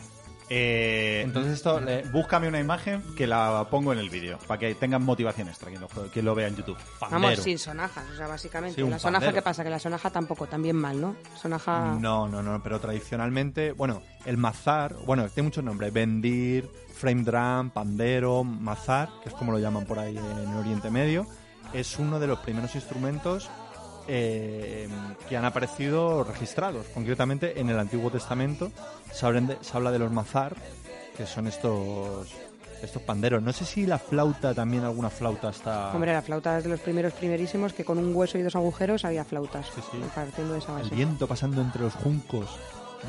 Eh, Entonces esto le- Búscame una imagen que la pongo en el vídeo, para que tengan motivación extra quien lo, juegue- quien lo vea en YouTube. Vamos, Pandero. sin sonajas, o sea, básicamente. Sí, un la sonaja, pandero. ¿qué pasa? Que la sonaja tampoco, también mal, ¿no? Sonaja... No, no, no, pero tradicionalmente, bueno, el mazar, bueno, tiene muchos nombres, bendir, frame drum, pandero, mazar, que es como lo llaman por ahí en Oriente Medio, es uno de los primeros instrumentos eh, que han aparecido registrados, concretamente en el Antiguo Testamento se, hablan de- se habla de los mazar, que son estos estos panderos. No sé si la flauta también, alguna flauta está... Hombre, la flauta es de los primeros primerísimos que con un hueso y dos agujeros había flautas. Sí, sí. Partiendo de esa el base. viento pasando entre los juncos.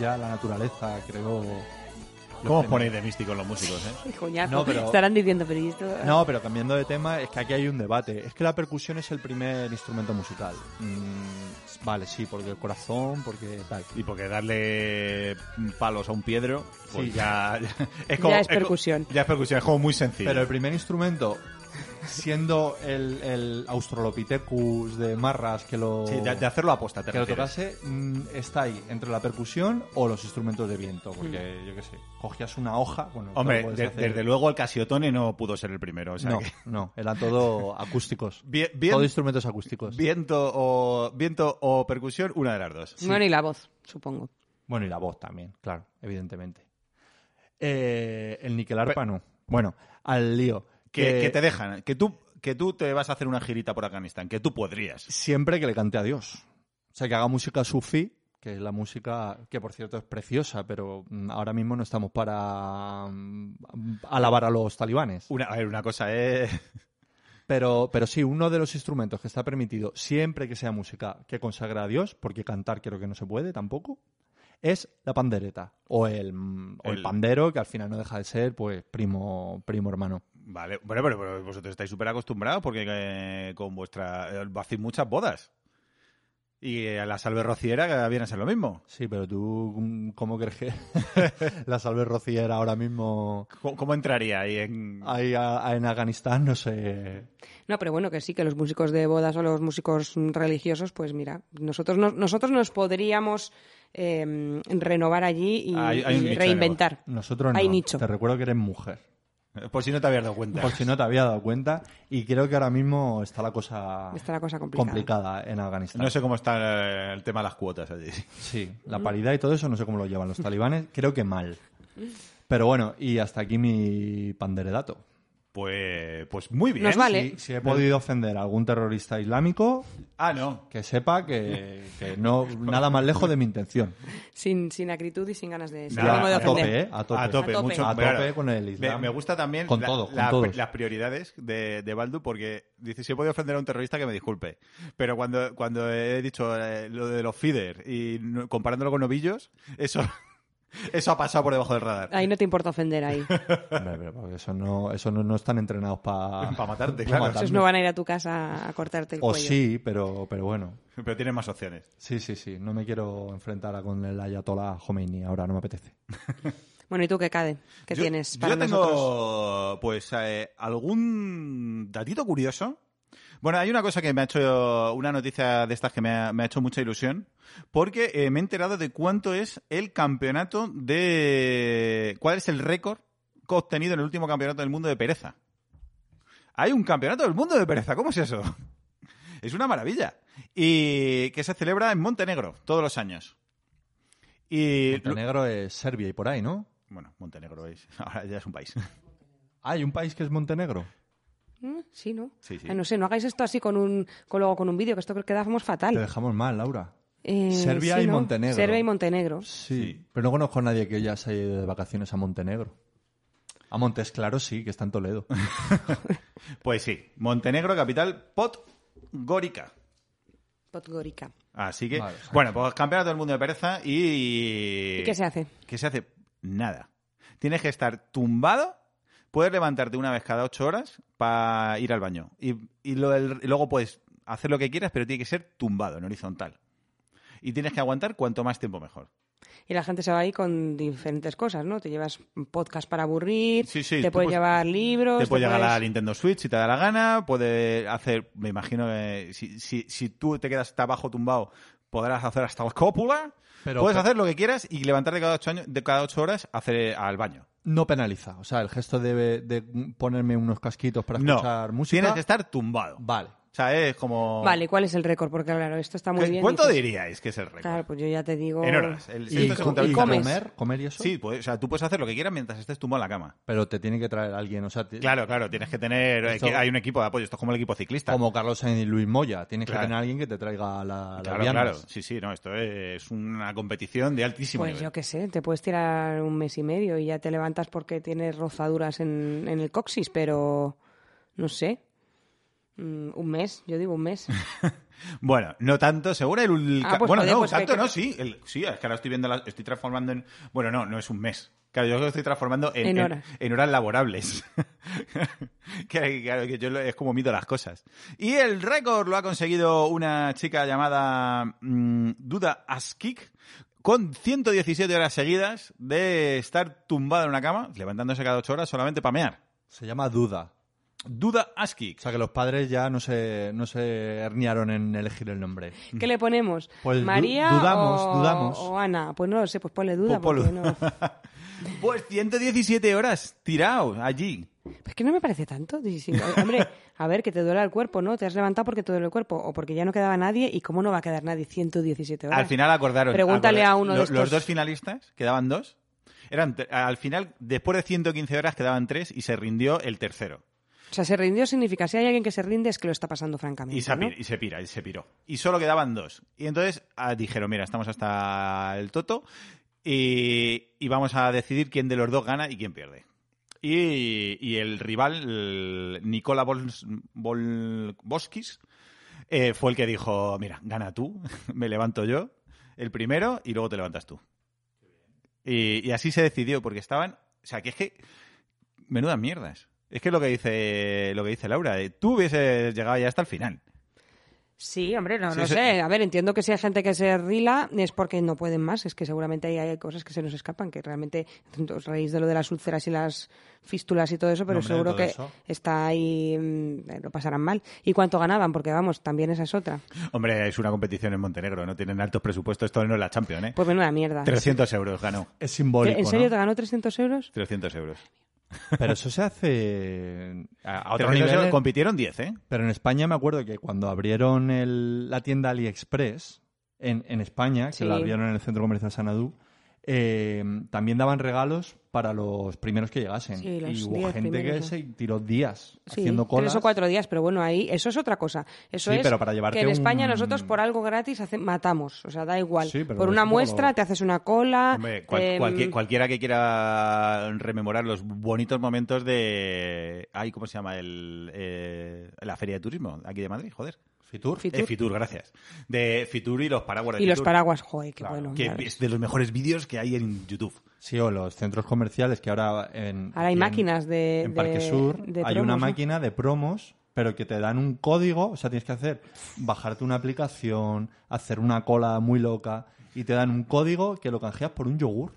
ya la naturaleza creó... los ¿Cómo os premios. ponéis de místicos los músicos, eh? Coñazo. No, pero- Estarán diciendo, pero ¿y esto? No, pero cambiando de tema, es que aquí hay un debate. Es que la percusión es el primer instrumento musical. Mm, vale, sí, porque el corazón, porque tal. Y porque darle palos a un piedro, pues Sí. ya, ya- Ya es percusión. ya es percusión, es como muy sencillo. Pero el primer instrumento, siendo el, el Australopithecus de Marras que lo, Sí, de, de hacerlo a posta, te que lo refieres. tocase, mm, está ahí, entre la percusión o los instrumentos de viento. Porque, yo qué sé, cogías una hoja... Bueno, Mm. Hombre, claro, puedes de- hacer- desde luego el Casiotone no pudo ser el primero. O sea No, que- no, eran todo acústicos. Bien- bien- Todo instrumentos acústicos. viento, o, viento o percusión, una de las dos. Bueno, y la voz, supongo. Bueno, y la voz también, claro, evidentemente. Eh, el Niquelarpa no. Bueno, al lío. Que, Eh, que te dejan, que tú, que tú te vas a hacer una girita por Afganistán, que tú podrías. Siempre que le cante a Dios. O sea, que haga música sufí, que es la música que, por cierto, es preciosa, pero mm, ahora mismo no estamos para mm, alabar a los talibanes. Una, a ver, una cosa es... Pero, pero sí, uno de los instrumentos que está permitido siempre que sea música que consagra a Dios, porque cantar creo que no se puede tampoco, es la pandereta o el, mm, o el El- pandero, que al final no deja de ser pues primo, primo hermano. Vale, bueno, pero, pero vosotros estáis súper acostumbrados porque eh, con vuestra... eh, hacéis muchas bodas. Y eh, a la salve rociera eh, viene a ser lo mismo. Sí, pero tú, mm, ¿cómo crees que la salve rociera ahora mismo ¿Cómo, cómo entraría ahí en...? ahí a- a- en Afganistán? No sé. No, pero bueno, que sí, que los músicos de bodas o los músicos mm, religiosos, pues mira, nosotros nos, nosotros nos podríamos em, renovar allí y, Hay- hay un y nicho de reinventar. Nosotros Hay no. nicho. Te recuerdo que eres mujer. Por si no te habías dado cuenta. Por si no te había dado cuenta. Y creo que ahora mismo está la cosa, Está la cosa complicada. complicada en Afganistán. No sé cómo está eh, el tema de las cuotas allí. Sí, la paridad y todo eso, no sé cómo lo llevan los talibanes, creo que mal. Pero bueno, y hasta aquí mi panderedato. Pues, pues muy bien. Nos vale. Si, si he podido ofender a algún terrorista islámico, Ah, no. que sepa que, que no nada más lejos de mi intención. Sin, sin acritud y sin ganas de, sin Nada, ánimo de a ofender. tope, ¿eh? A tope. A tope, A tope. mucho. A tope claro. con el Me- Islam. Me, gusta también Con la- todo, con la- todos. las prioridades de, de Baldu porque dice, si he podido ofender a un terrorista que me disculpe. Pero cuando, cuando he dicho eh, lo de los feeder y no- comparándolo con novillos, eso, eso ha pasado por debajo del radar. Ahí no te importa ofender ahí. Hombre, pero porque eso no, eso no, no están entrenados para Pa matarte, claro. Esos no van a ir a tu casa a cortarte el O cuello. sí, pero, pero bueno. Pero tiene más opciones. Sí, sí, sí. No me quiero enfrentar a con el Ayatollah Khomeini. Ahora no me apetece. Bueno, ¿y tú qué, Cade? ¿Qué Yo- tienes yo para tengo, nosotros? pues, eh, algún datito curioso. Bueno, hay una cosa que me ha hecho, una noticia de estas que me ha, me ha hecho mucha ilusión, porque eh, me he enterado de cuánto es el campeonato de... ¿Cuál es el récord que ha obtenido en el último campeonato del mundo de pereza? Hay un campeonato del mundo de pereza, ¿cómo es eso? Es una maravilla. Y que se celebra en Montenegro todos los años. Y... Montenegro es Serbia y por ahí, ¿no? Bueno, Montenegro es... Ahora ya es un país. Hay Ah, un país que es Montenegro. ¿Mm? Sí, ¿no? Sí, sí. Ay, no sé, no hagáis esto así con un con, luego con un vídeo, que esto quedábamos Te fatal. dejamos mal, Laura. Eh, Serbia sí, y ¿no? Montenegro. Serbia y Montenegro. Sí, pero no conozco a nadie que ya se haya ido de vacaciones a Montenegro. A Montes Claro sí, que está en Toledo. Pues sí, Montenegro, capital Podgorica. Podgorica. Así que, Vale, exacto. bueno, pues campeonato del mundo de pereza y... ¿Y qué se hace? ¿Qué se hace? Nada. Tienes que estar tumbado, puedes levantarte una vez cada ocho horas para ir al baño. Y, y lo- el- y luego puedes hacer lo que quieras, pero tiene que ser tumbado, en horizontal. Y tienes que aguantar cuanto más tiempo mejor. Y la gente se va ahí con diferentes cosas, ¿no? Te llevas podcast para aburrir, Sí, sí, te tú puedes puedes- llevar libros, Te puedes llegar a la puedes- Nintendo Switch si te da la gana, puedes hacer, me imagino que si, si, si tú te quedas hasta abajo tumbado, podrás hacer hasta la cópula. Pero- puedes pero- hacer lo que quieras y levantarte cada ocho, años, de cada ocho horas hacer eh, al baño. No penaliza. O sea, el gesto de, de ponerme unos casquitos para escuchar no, música. tienes que estar tumbado. Vale. O sea, es como... Vale, ¿cuál es el récord? Porque claro, esto está muy ¿Qué- bien. ¿Cuánto dices- diríais que es el récord? Claro, pues yo ya te digo... En horas. El- Y, si esto se co- contabiliza y en comes. horas. comer, comer y eso. Sí, pues, o sea, tú puedes hacer lo que quieras mientras estés tumbado en la cama. Pero te tiene que traer alguien. O sea, te- Claro, claro, tienes que tener... Esto- Hay un equipo de apoyo, esto es como el equipo ciclista. como Carlos Sainz y Luis Moya. Tienes Claro. que tener alguien que te traiga la, las Claro, viandas. claro. Sí, sí, no, esto es una competición de altísimo Pues nivel. yo qué sé, te puedes tirar un mes y medio y ya te levantas porque tienes rozaduras en, en el coxis, pero no sé. Mm, un mes, yo digo un mes. Bueno, no tanto, seguro el... Ah, pues, bueno, joder, no, pues, tanto que- no, sí. el- sí, es que ahora estoy viendo, la- estoy transformando en... Bueno, no, no es un mes. Claro, yo lo estoy transformando en, En en- horas. en horas laborables. que, claro, que yo lo- es como mido las cosas. Y el récord lo ha conseguido una chica llamada mm, Duda Askik con 117 horas seguidas de estar tumbada en una cama, levantándose cada 8 horas solamente para mear. Se llama Duda. Duda Askik. O sea que los padres ya no se, no se herniaron en elegir el nombre. ¿Qué le ponemos? Pues du- ¿María dudamos, o, dudamos. o Ana? Pues no lo sé, pues ponle duda. Pues ponlo. porque no- Pues 117 horas tirados allí. Pues que no me parece tanto. Sí, sí, Hombre, a ver, que te duele el cuerpo, ¿no? Te has levantado porque te duele el cuerpo o porque ya no quedaba nadie y cómo no va a quedar nadie 117 horas. Al final acordaron. Pregúntale acordaron. a uno de Lo- estos. Los dos finalistas, quedaban dos. Eran tre- al final, después de 115 horas, quedaban tres y se rindió el tercero. O sea, se rindió significa, si hay alguien que se rinde es que lo está pasando francamente. Y se, ¿no? pi- y se pira, y se piró. Y solo quedaban dos. Y entonces ah, dijeron, mira, estamos hasta el toto y, y vamos a decidir quién de los dos gana y quién pierde. Y, y el rival, el Nicola Bols- Bol- Boskis, eh, fue el que dijo, mira, gana tú, me levanto yo, el primero, y luego te levantas tú. Y, y así se decidió, porque estaban... O sea, que es que... Menudas mierdas. Es que lo que dice, lo que dice Laura, eh, tú hubieses llegado ya hasta el final. Sí, hombre, no, Sí, no sí. sé. A ver, entiendo que si hay gente que se rila es porque no pueden más. Es que seguramente ahí hay cosas que se nos escapan, que realmente os reís de lo de las úlceras y las fístulas y todo eso, pero No, hombre, seguro todo que eso. está ahí, mm, lo pasarán mal. ¿Y cuánto ganaban? Porque vamos, también esa es otra. Hombre, es una competición en Montenegro, no tienen altos presupuestos, esto no es la Champions, ¿eh? Pues menuda mierda. 300 euros ganó. Es ¿Qué, simbólico. ¿En serio ¿no? te ganó 300 euros? 300 euros. Pero eso se hace a, a 300 otros euros, niveles. Compitieron 10, ¿eh? Pero en España me acuerdo que cuando abrieron el- la tienda AliExpress, en, en España, que Sí. la abrieron en el centro comercial Sanadú, eh, también daban regalos para los primeros que llegasen. Sí, los y hubo 10 gente que primeros, se tiró días Sí, haciendo colas. tres o cuatro días, pero bueno, ahí eso es otra cosa. Eso Sí, es pero para llevarte que en un- España nosotros por algo gratis hace- matamos, o sea, da igual. Sí, pero por es una un poco- muestra te haces una cola. Hombre, cual- em, cualquier- cualquiera que quiera rememorar los bonitos momentos de... Ay, ¿Cómo se llama? El, eh, la Feria de Turismo aquí de Madrid, joder. Fitur. Fitur. Eh, Fitur, gracias. De Fitur y los paraguas de y los Fitur. paraguas, joder, qué Claro, bueno. que ya ves. es de los mejores vídeos que hay en YouTube. Sí, o los centros comerciales que ahora en. Ahora hay en- máquinas de- En Parque de- Sur de hay promos, una ¿no? máquina de promos, pero que te dan un código. O sea, tienes que hacer. Bajarte una aplicación, hacer una cola muy loca y te dan un código que lo canjeas por un yogur.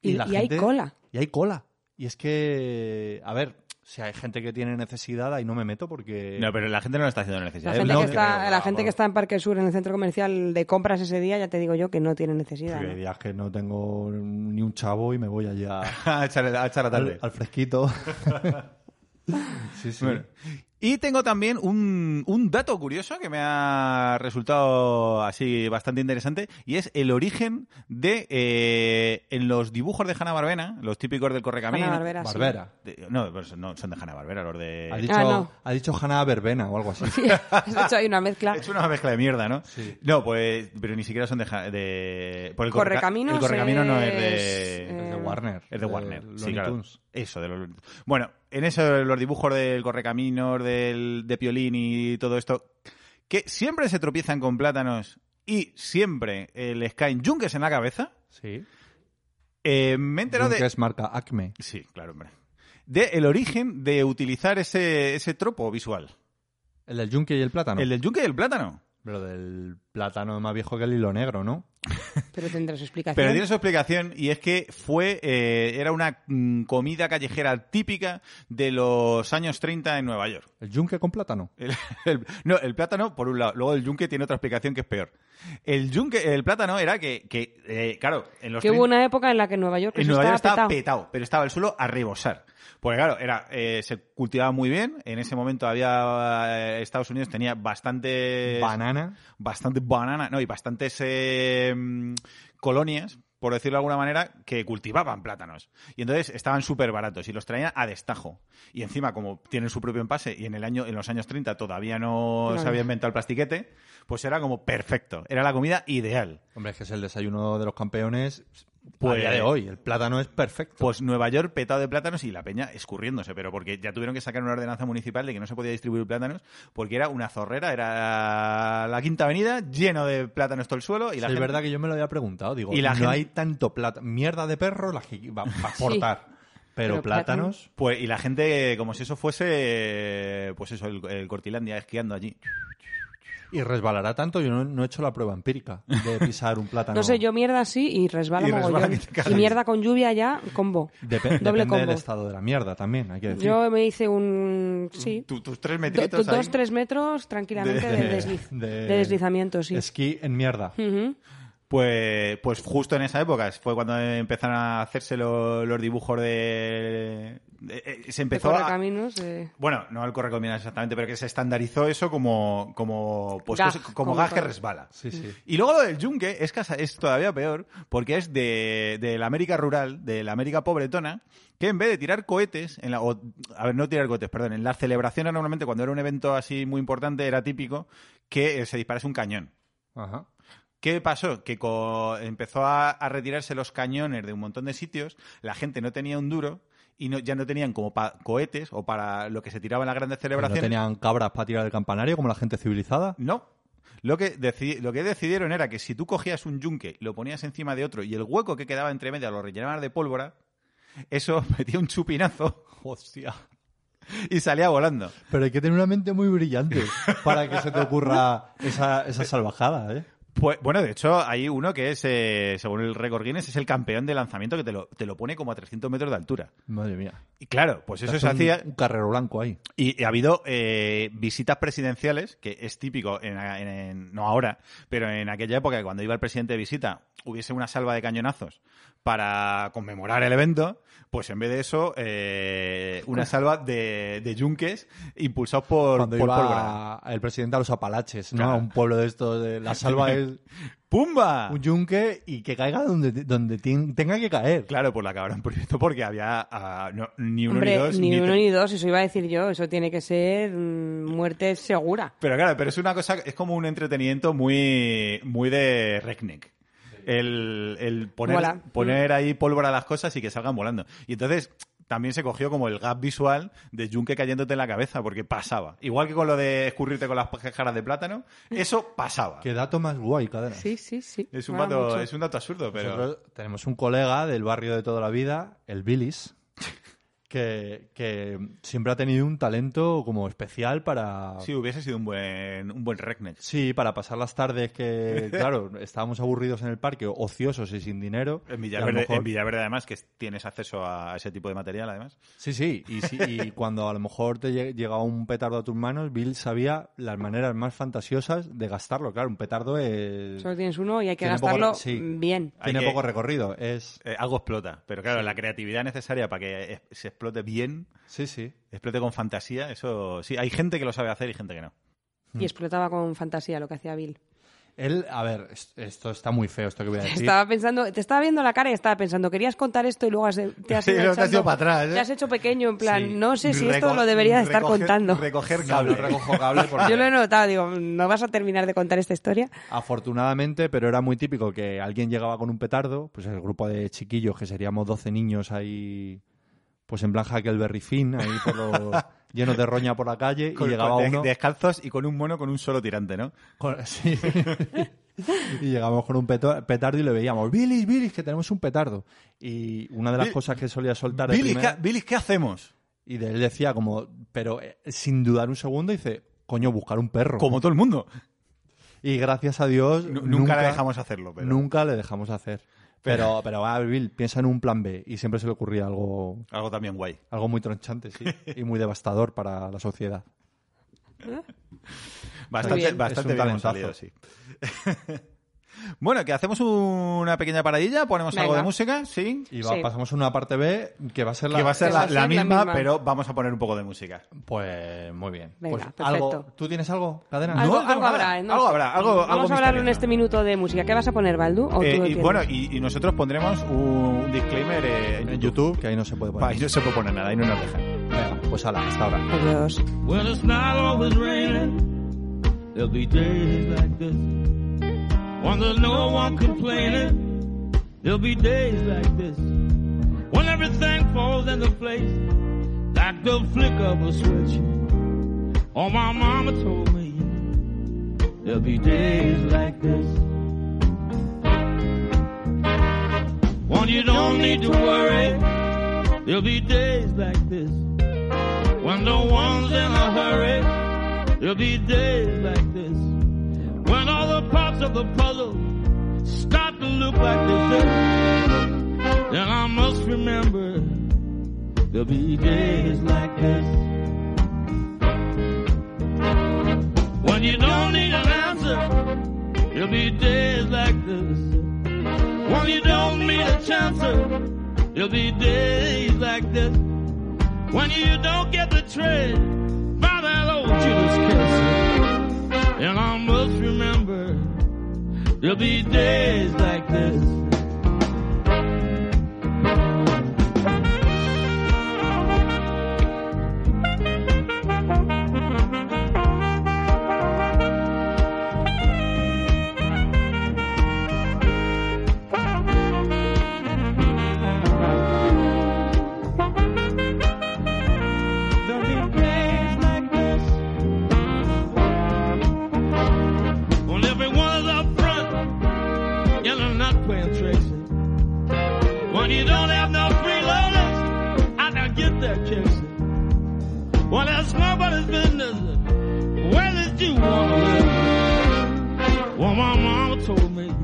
Y- y hay cola. Y hay cola. Y es que. A ver, si hay gente que tiene necesidad, ahí no me meto porque. No, pero la gente no lo está haciendo La necesidad. gente, no que, está, creo, la vamos. gente que está en Parque Sur, en el centro comercial de compras ese día, ya te digo yo que no tiene necesidad. porque ¿no? hay días que no tengo ni un chavo y me voy allá a, echar, a echar la tarde. al, al fresquito. sí, sí. Bueno. Y tengo también un, un dato curioso que me ha resultado así bastante interesante y es el origen de eh, en los dibujos de Hanna Barbera, los típicos del correcamino. Hanna-Barbera, sí. Barbera. de- no, pues no, son de Hanna Barbera, los Ha de. dicho, Ah, no. ha dicho Hanna Verbena o algo así. de hecho, hay una mezcla. Es una mezcla de mierda, ¿no? Sí. No, pues, pero ni siquiera son de. Ja- de por el Correcaminos El correcamino no es es, de. eh, Es de Warner. Es de Warner, Looney sí, claro. Tunes. Eso, de los Looney Tunes. Bueno, en eso, los dibujos del Correcaminos, del, de Piolín y todo esto, que siempre se tropiezan con plátanos y siempre eh, les caen yunques en la cabeza, Sí. eh, me he enterado Que de... es marca Acme. Sí, claro, hombre. De el origen de utilizar ese, ese tropo visual. El del yunque y el plátano. El del yunque y el plátano. Pero del plátano es más viejo que el hilo negro, ¿no? Pero tendrá su Ah, explicación. Pero tiene su explicación y es que fue eh, era una mm, comida callejera típica de los años 30 en Nueva York. El yunque con plátano. El, el- no, el plátano, por un lado. Luego el yunque tiene otra explicación que es peor. El yunque, el plátano era que, que, eh, claro, en los que hubo 30 una época en la que en Nueva York en eso Nueva York estaba estaba petado. pero estaba el suelo a rebosar. Porque claro, era, eh, se cultivaba muy bien. En ese momento había eh, Estados Unidos tenía bastante Banana. bastante banana, no, y bastantes eh, mm, colonias, por decirlo de alguna manera, que cultivaban plátanos. Y entonces estaban súper baratos y los traían a destajo. Y encima, como tienen su propio envase y en el año en los años 30 todavía no No, se no. había inventado el plastiquete, pues era como perfecto. Era la comida ideal. Hombre, es que es el desayuno de los campeones. Pues, a día de hoy, el plátano es perfecto. Pues Nueva York petado de plátanos y la peña escurriéndose, pero porque ya tuvieron que sacar una ordenanza municipal de que no se podía distribuir plátanos porque era una zorrera, era la Quinta Avenida lleno de plátanos todo el suelo y la es gente- verdad que yo me lo había preguntado. Digo, Y la no gente- hay tanto plátano. Mierda de perro la que va va a aportar. Pero, Pero plátanos. Pues, y la gente, como si eso fuese, pues eso, el, el Cortilandia esquiando allí. Y resbalará tanto. Yo no, no he hecho la prueba empírica de pisar un plátano. No sé, yo mierda sí y resbala Y resbala mogollón. que te cagas. y mierda con lluvia ya, combo. Depe- Doble depende del combo. estado de la mierda también, hay que decir. Yo me hice un... Sí. Tu- tus tres Do- metritos do- ahí. dos, tres metros tranquilamente De- de, de- desliz- de deslizamiento, sí. Mm. Esquí en mierda. Ujú. Pues, pues justo en esa época fue cuando empezaron a hacerse lo- los dibujos de... de- eh, se empezó De a... correcaminos, eh. Bueno, no al correcaminos exactamente, pero que se estandarizó eso como como pues, Gag, cosa- como como gas que todo. resbala. Sí, sí. Y luego lo del yunque es, casa- es todavía peor, porque es de, de la América rural, de la América pobretona, que en vez de tirar cohetes, en la, o- a ver, no tirar cohetes, perdón, en las celebraciones normalmente cuando era un evento así muy importante era típico que eh, se disparase un cañón. Ajá. ¿Qué pasó? Que co- empezó a, a retirarse los cañones de un montón de sitios, la gente no tenía un duro y no- ya no tenían como pa- cohetes o para lo que se tiraba en las grandes ¿Que ¿No celebraciones. tenían cabras para tirar el campanario como la gente civilizada? No. Lo que, deci- lo que decidieron era que si tú cogías un yunque, lo ponías encima de otro y el hueco que quedaba entre medias lo rellenabas de pólvora, eso metía un chupinazo Hostia. y salía volando. Pero hay que tener una mente muy brillante para que se te ocurra esa, esa salvajada, ¿eh? Pues, bueno, de hecho, hay uno que es, eh, según el récord Guinness, es el campeón de lanzamiento que te lo, te lo pone como a 300 metros de altura. Madre mía. Y claro, pues eso Te se hace un- hacía. Un carrero blanco ahí. Y ha habido eh, visitas presidenciales, que es típico, en, en- en- no ahora, pero en aquella época, que cuando iba el presidente de visita, hubiese una salva de cañonazos para conmemorar el evento, pues en vez de eso, eh, una salva de, de yunques impulsados por, Cuando por iba pólvora. a- el presidente a los Apalaches, ¿no? Claro. A un pueblo de estos de la salva es ¡Pumba! un yunque y que caiga donde, donde tien- tenga que caer. Claro, pues la acabaron prohibido porque había ah, no, ni uno Hombre, ni dos. ni, ni uno tres. ni dos, eso iba a decir yo. Eso tiene que ser mm, muerte segura. Pero claro, pero es una cosa, es como un entretenimiento muy, muy de Reknek. El, el poner, Mola. Mm. poner ahí pólvora a las cosas y que salgan volando. Y entonces también se cogió como el gap visual de yunque cayéndote en la cabeza, porque pasaba. Igual que con lo de escurrirte con las cajaras de plátano, eso pasaba. Qué dato más guay, cadena. Sí, sí, sí. Es un, Mola dato, mucho. es un dato absurdo, pero... Nosotros tenemos un colega del barrio de toda la vida, el Billis, que, que siempre ha tenido un talento como especial para... Sí, hubiese sido un buen, un buen Reknek. Sí, para pasar las tardes que, claro, estábamos aburridos en el parque, ociosos y sin dinero. En y a lo Villaverde, mejor- en Villaverde, además, que tienes acceso a ese tipo de material, además. Sí, sí, y, sí, y cuando a lo mejor te lle- llegaba un petardo a tus manos, Bill sabía las maneras más fantasiosas de gastarlo. Claro, un petardo es... Solo tienes uno y hay que Tiene poco- gastarlo sí. bien. Hay tiene que- poco recorrido, es... Eh, algo explota, pero claro, la creatividad necesaria para que es- se explote bien, Sí, sí. explote con fantasía, eso sí, hay gente que lo sabe hacer y gente que no. Mm. Y explotaba con fantasía lo que hacía Bill. Él, a ver, es- esto está muy feo, esto que voy a decir. Estaba pensando, te estaba viendo la cara y estaba pensando, querías contar esto y luego has- te has Sí, ido luego te has echando- ido para atrás, ¿eh? Te has hecho pequeño, en plan, Sí. no sé si Reco- esto lo debería de estar recoger- contando. Recoger No, no cable. recojo cable porque- Yo lo he notado, digo, no vas a terminar de contar esta historia. Afortunadamente, pero era muy típico que alguien llegaba con un petardo, pues el grupo de chiquillos, que seríamos 12 niños ahí, pues en plan Huckleberry Finn, ahí por los- llenos de roña por la calle, Con- y llegaba con- de- uno... descalzos y con un mono con un solo tirante, ¿no? con- sí. y llegamos con un peto- petardo y le veíamos, Billy, Billy, que tenemos un petardo. Y una de las Bi- cosas que solía soltar de Billy, primera- ¿qué, Billy, ¿qué hacemos? y de él decía como, pero eh, sin dudar un segundo, dice, coño, buscar un perro. Como todo el mundo. Y gracias a Dios, Nu- nunca, la dejamos hacerlo, pero Nunca le dejamos hacer. Pero, pero va, Bill, piensa en un plan B. Y siempre se le ocurría algo, algo también guay. algo muy tronchante, sí. Y muy devastador para la sociedad. Muy Bastante, bien. bastante Es un bien hemos salido, talentazo. sí. bueno, que hacemos una pequeña paradilla, ponemos algo Venga. de música, sí. Y va- Sí. pasamos a una parte B que va a ser la. que va a ser, que la, va a ser la la misma, misma. pero vamos a poner un poco de música. Pues muy bien. Venga, Pues perfecto. algo- ¿Tú tienes algo, cadena? No, Algo, tengo algo nada. habrá, ¿eh? No Algo sé. habrá, algo- Vamos algo a hablar misterioso. en este minuto de música. ¿Qué vas a poner, Baldu? ¿O Eh, tú y tienes? bueno, y, y nosotros pondremos un disclaimer eh, En YouTube, que ahí no se puede poner. Ahí no se puede poner nada, ahí no nos dejan. Venga, pues ala, hasta ahora. Adiós. Well, it's not always raining. There'll be days like this when there's no one complaining There'll be days like this when everything falls into place, like the flick of a switch. Oh, my mama told me there'll be days like this when you don't need to worry. There'll be days like this when the one's in a hurry. There'll be days like this when all the parts of the puzzle start to look like they do. Then I must remember there'll be days like this when you don't need an answer. There'll be days like this when you don't need a chance. There'll be days like this when you don't get the trade by that old Judas kiss. And I must remember there'll be days like this. There'll be days like this when everyone's up front and they're not playing tricks. When you don't have no freeloaders, I now get their kicks. Well, that's nobody's business. Where did you want to live? Well, my mama told me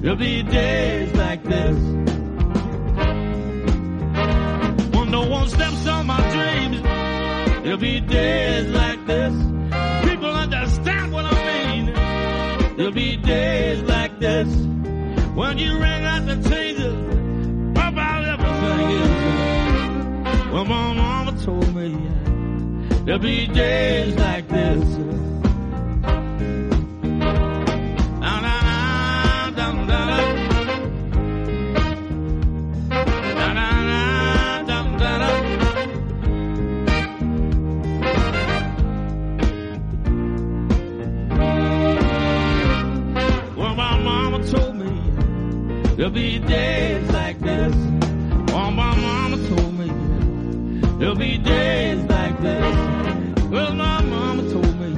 there'll be days like this. When no one steps on my dreams, There'll be days like this. People understand what I mean. There'll be days like this. When you ring out the changes, about everything is. Well, my mama told me there'll be days like this. Na, na, na, dum, da, da. Na, na, na, dum, da, da. Well, my mama told me there'll be days like this. Well, my mama told me there'll be days like this. Well, my mama told me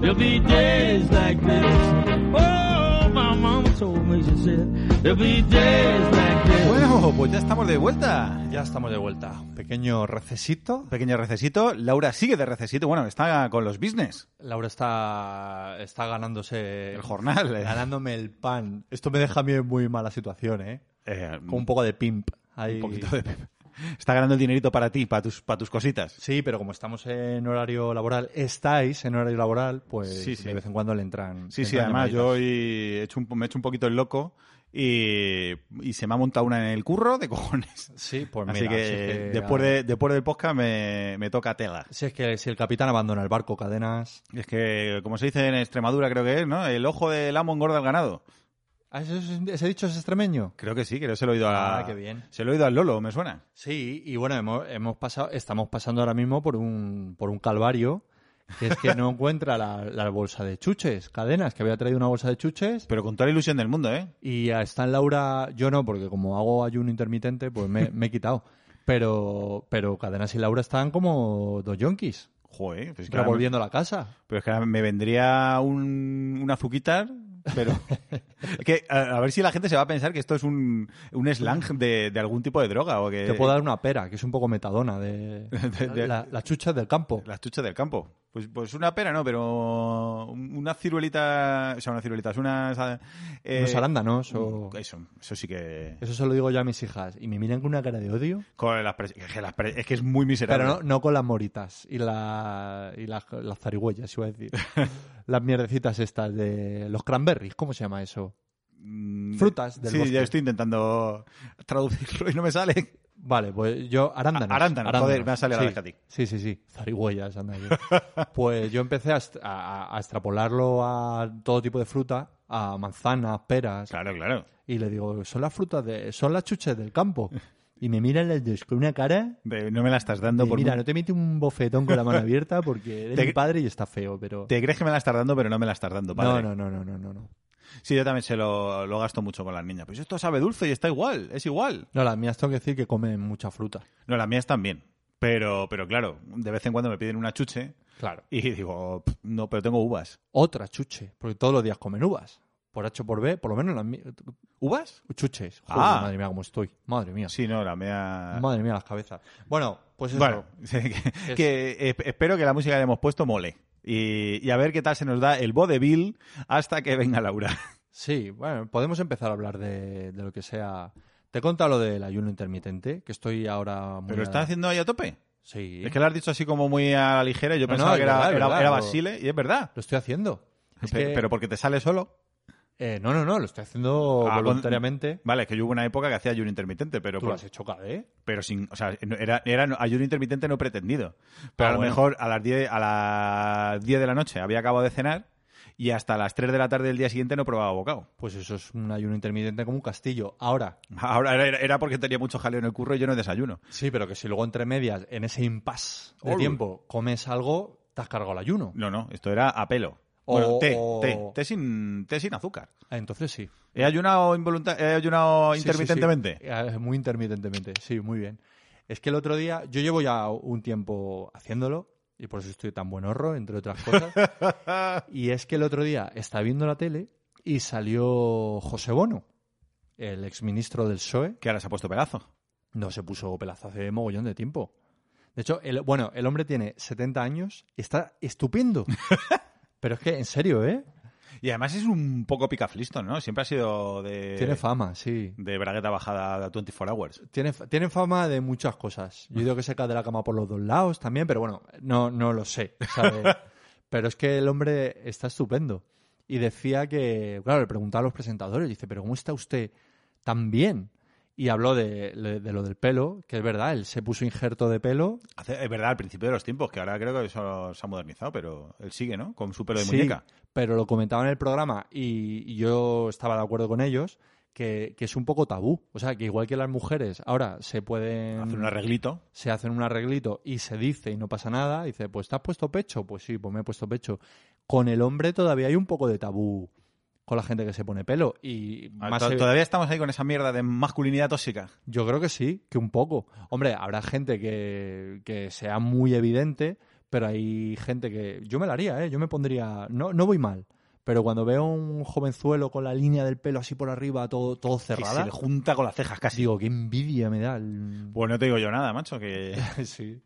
there'll be days like this. Oh, my mama told me, she said, there'll be days like this. Bueno, pues ya estamos de vuelta. Ya estamos de vuelta. Pequeño recesito. Pequeño recesito. Laura sigue de recesito. Bueno, está con los business. Laura está, está ganándose El jornal, eh. Ganándome el pan. Esto me deja a mí en muy mala situación, ¿eh? Eh, Con un poco de pimp. ahí. un poquito de... Está ganando el dinerito para ti, para tus, para tus cositas. Sí, pero como estamos en horario laboral, estáis en horario laboral, pues Sí, sí. de vez en cuando le entran. Sí, le sí, entran además yo llamaditas. hoy he hecho un, me he hecho un poquito el loco y, y se me ha montado una en el curro de cojones. Sí, pues Así mira, que, si es después, de, después del podcast me, me toca tela. Si es que si el capitán abandona el barco, cadenas. Es que, como se dice en Extremadura, creo que es, ¿no? El ojo del amo engorda al ganado. ¿Ah, eso es- ese dicho es extremeño? Creo que sí, creo que se lo he oído a... Ah, qué bien. Se lo he oído al Lolo, me suena. Sí, y bueno, hemos, hemos pasado, estamos pasando ahora mismo por un, por un calvario, que es que no encuentra la, la bolsa de chuches, cadenas, que había traído una bolsa de chuches. Pero con toda la ilusión del mundo, ¿eh? Y está en Laura, yo no, porque como hago ayuno intermitente, pues me, me he quitado. Pero, pero Cadenas y Laura están como dos yonkis, Joder, pues es que ahora- revolviendo la casa. Pero es que ahora me vendría un, un azuquitar, pero... Es que a, a ver si la gente se va a pensar que esto es un, un slang de, de algún tipo de droga o que... Te puedo dar una pera, que es un poco metadona de, Eh, de- la, la chucha del campo. Las chuchas del campo. Pues, pues una pera no, pero una ciruelita... O sea, una ciruelita, es una... eh, Unos arándanos o- Eso, eso sí que... Eso se lo digo yo a mis hijas. Y me miran con una cara de odio. Con las pres- es, que las pres- es que es muy miserable. Pero no, no con las moritas y, la, y las, las zarigüeyas, iba a decir. las mierdecitas estas de los cranberries, ¿cómo se llama eso? Mm, frutas del sí, bosque. ya estoy intentando traducirlo y no me sale. Vale, pues yo arándanos. A- arándanos, joder, me ha salido sí, la vez que a ti. Sí, sí, sí, zarigüeyas, anda yo. pues yo empecé a, est- a- a extrapolarlo a todo tipo de fruta, a manzanas, peras, Claro, claro. y le digo, son las frutas, de, son las chuches del campo. Y me miran las dos con una cara... De- no me la estás de, dando por mira, mu- no te mete un bofetón con la mano abierta porque eres Te- mi padre y está feo, pero... Te crees que me la estás dando, pero no me la estás dando, padre. No, no, no, no, no, no, no. Sí, yo también se lo, lo gasto mucho con las niñas. Pues esto sabe dulce y está igual, es igual. No, las mías tengo que decir que comen mucha fruta. No, las mías también. Pero, pero claro, de vez en cuando me piden una chuche Claro. y digo, "Pff, no, pero tengo uvas. Otra chuche, porque todos los días comen uvas. Por H o por B, por lo menos las mías. ¿Uvas? Chuches. Joder, Ah. madre mía, cómo estoy. Madre mía. Sí, no, la mía... Madre mía, las cabezas. Bueno, pues eso. Bueno, que, que esp- espero que la música que hemos puesto mole. Y, y a ver qué tal se nos da el vodevil hasta que venga Laura. Sí, bueno, podemos empezar a hablar de, de lo que sea. Te he contado lo del ayuno intermitente, que estoy ahora muy. ¿Pero a- está haciendo ahí a tope? Sí. Es que lo has dicho así como muy a la ligera y yo No, pensaba no, que es era, verdad, es era- verdad, era lo- Basile y es verdad. Lo estoy haciendo. Es Pe- que- Pero porque te sale solo. eh, no, no, no, lo estoy haciendo Ah, con- voluntariamente. Vale, es que yo hubo una época que hacía ayuno intermitente, pero Tú por- lo has hecho cada vez. pero sin, o sea, no- era, era no- ayuno intermitente no pretendido. Pero Ah, a lo bueno. mejor a las 10 a las 10 de la noche había acabado de cenar y hasta las 3 de la tarde del día siguiente no probaba bocado. Pues eso es un ayuno intermitente como un castillo. Ahora, Ahora era, era porque tenía mucho jaleo en el curro y yo no desayuno. sí, pero que si luego entre medias, en ese impasse de Ol. tiempo, comes algo, te has cargado el ayuno. No, no, esto era a pelo. O- Bueno, té, o- té, té sin, té sin azúcar. Ah, Entonces sí. He ayunado, involunta- he ayunado Sí, sí, sí. Ah, intermitentemente. Eh, Muy intermitentemente, sí, muy bien. Es que el otro día, yo llevo ya un tiempo haciéndolo y por eso estoy tan buen horro, entre otras cosas. y es que el otro día estaba viendo la tele y salió José Bono, el exministro del PSOE. Que ahora se ha puesto pedazo. No se puso pelazo hace mogollón de tiempo. De hecho, el, bueno, el hombre tiene 70 años y está estupendo. Pero es que, en serio, ¿eh? Y además es un poco picaflisto, ¿no? Siempre ha sido de. Tiene fama, sí. De bragueta bajada a 24 hours. Tiene, fa- tiene fama de muchas cosas. Yo digo que se cae de la cama por los dos lados también, pero bueno, no, no lo sé. ¿sabe? pero es que el hombre está estupendo. Y decía que, claro, le preguntaba a los presentadores, dice, pero ¿cómo está usted tan bien? Y habló de, de- de lo del pelo, que es verdad, él se puso injerto de pelo. Hace- es verdad, al principio de los tiempos, que ahora creo que eso se ha modernizado, pero él sigue, ¿no? Con su pelo de Sí, muñeca. pero lo comentaba en el programa y, y yo estaba de acuerdo con ellos, que, que es un poco tabú. O sea, que igual que las mujeres ahora se pueden... Hacer un arreglito. se hacen un arreglito y se dice y no pasa nada, dice, pues te has puesto pecho, pues sí, pues me he puesto pecho. Con el hombre todavía hay un poco de tabú con la gente que se pone pelo y Ah, más to- ev- Todavía estamos ahí con esa mierda de masculinidad tóxica. yo creo que sí, que un poco. Hombre, habrá gente que, que sea muy evidente, pero hay gente que yo me la haría, ¿eh? yo me pondría, no, no voy mal. Pero cuando veo un jovenzuelo con la línea del pelo así por arriba, todo, todo Que se cerrada, le junta con las cejas casi. digo, qué envidia me da. el- Pues no te digo yo nada, macho, que. Sí.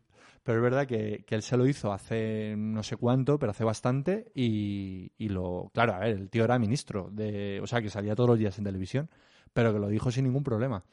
Pero es verdad que, que él se lo hizo hace no sé cuánto, pero hace bastante. Y, y lo. Claro, a ver, el tío era ministro, de, o sea, que salía todos los días en televisión, pero que lo dijo sin ningún problema.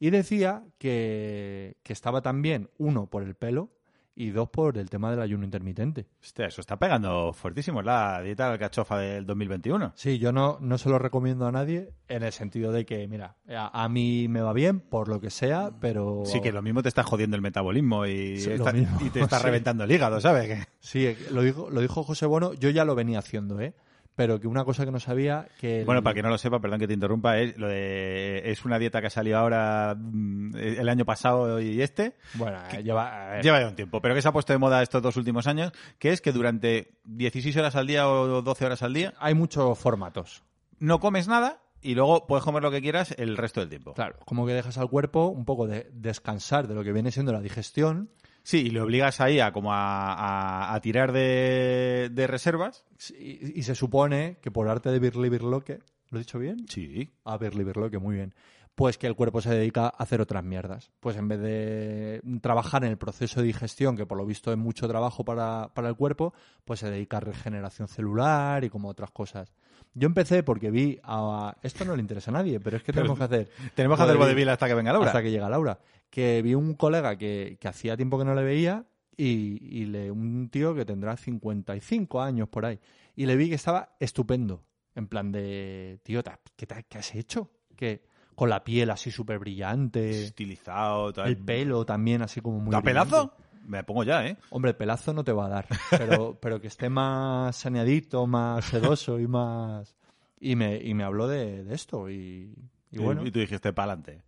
Y decía que, que estaba también, uno, por el pelo y dos, por el tema del ayuno intermitente. Hostia, eso está pegando fuertísimo. Es la dieta de la alcachofa del 2021. Sí, yo no, no se lo recomiendo a nadie en el sentido de que, mira, a, a mí me va bien, por lo que sea, pero. Sí, que lo mismo te está jodiendo el metabolismo y, Sí, lo está- mismo, y te está sí. reventando el hígado, ¿sabes? Que- Sí, eh, lo dijo, lo dijo José Bono, yo ya lo venía haciendo, ¿eh? Pero que una cosa que no sabía, que... el- Bueno, para que no lo sepa, perdón que te interrumpa, es, lo de, es una dieta que ha salido ahora mm, el año pasado y este. Bueno, eh, lleva... a ver, Lleva ya un tiempo, pero que se ha puesto de moda estos dos últimos años, que es que durante 16 horas al día o 12 horas al día Hay muchos formatos. no comes nada y luego puedes comer lo que quieras el resto del tiempo. Claro, como que dejas al cuerpo un poco de descansar de lo que viene siendo la digestión Sí, y le obligas ahí a como a, a- a tirar de, de reservas. y, y se supone que por arte de Birli Birloque, ¿lo he dicho bien? Sí. A Birli Birloque, muy bien. Pues que el cuerpo se dedica a hacer otras mierdas. Pues en vez de trabajar en el proceso de digestión, que por lo visto es mucho trabajo para, para el cuerpo, pues se dedica a regeneración celular y como otras cosas. Yo empecé porque vi a... Esto no le interesa a nadie, pero es que tenemos que hacer... Tenemos que hacer vodevil. vodevil hasta que venga Laura. Hasta que llega Laura. Que vi un colega que, que hacía tiempo que no le veía y, y le, un tío que tendrá 55 años por ahí. Y le vi que estaba estupendo. En plan de, tío, ¿te- ¿qué, te- qué has hecho? Que con la piel así súper brillante, Estilizado, tal. el pelo también así como eh, muy ¿Da brillante. pelazo? Me pongo ya, ¿eh? Hombre, el pelazo no te va a dar, pero, pero que esté más saneadito, más sedoso y más... Y me, y me habló de, de esto y, y bueno... y tú dijiste, pa'lante.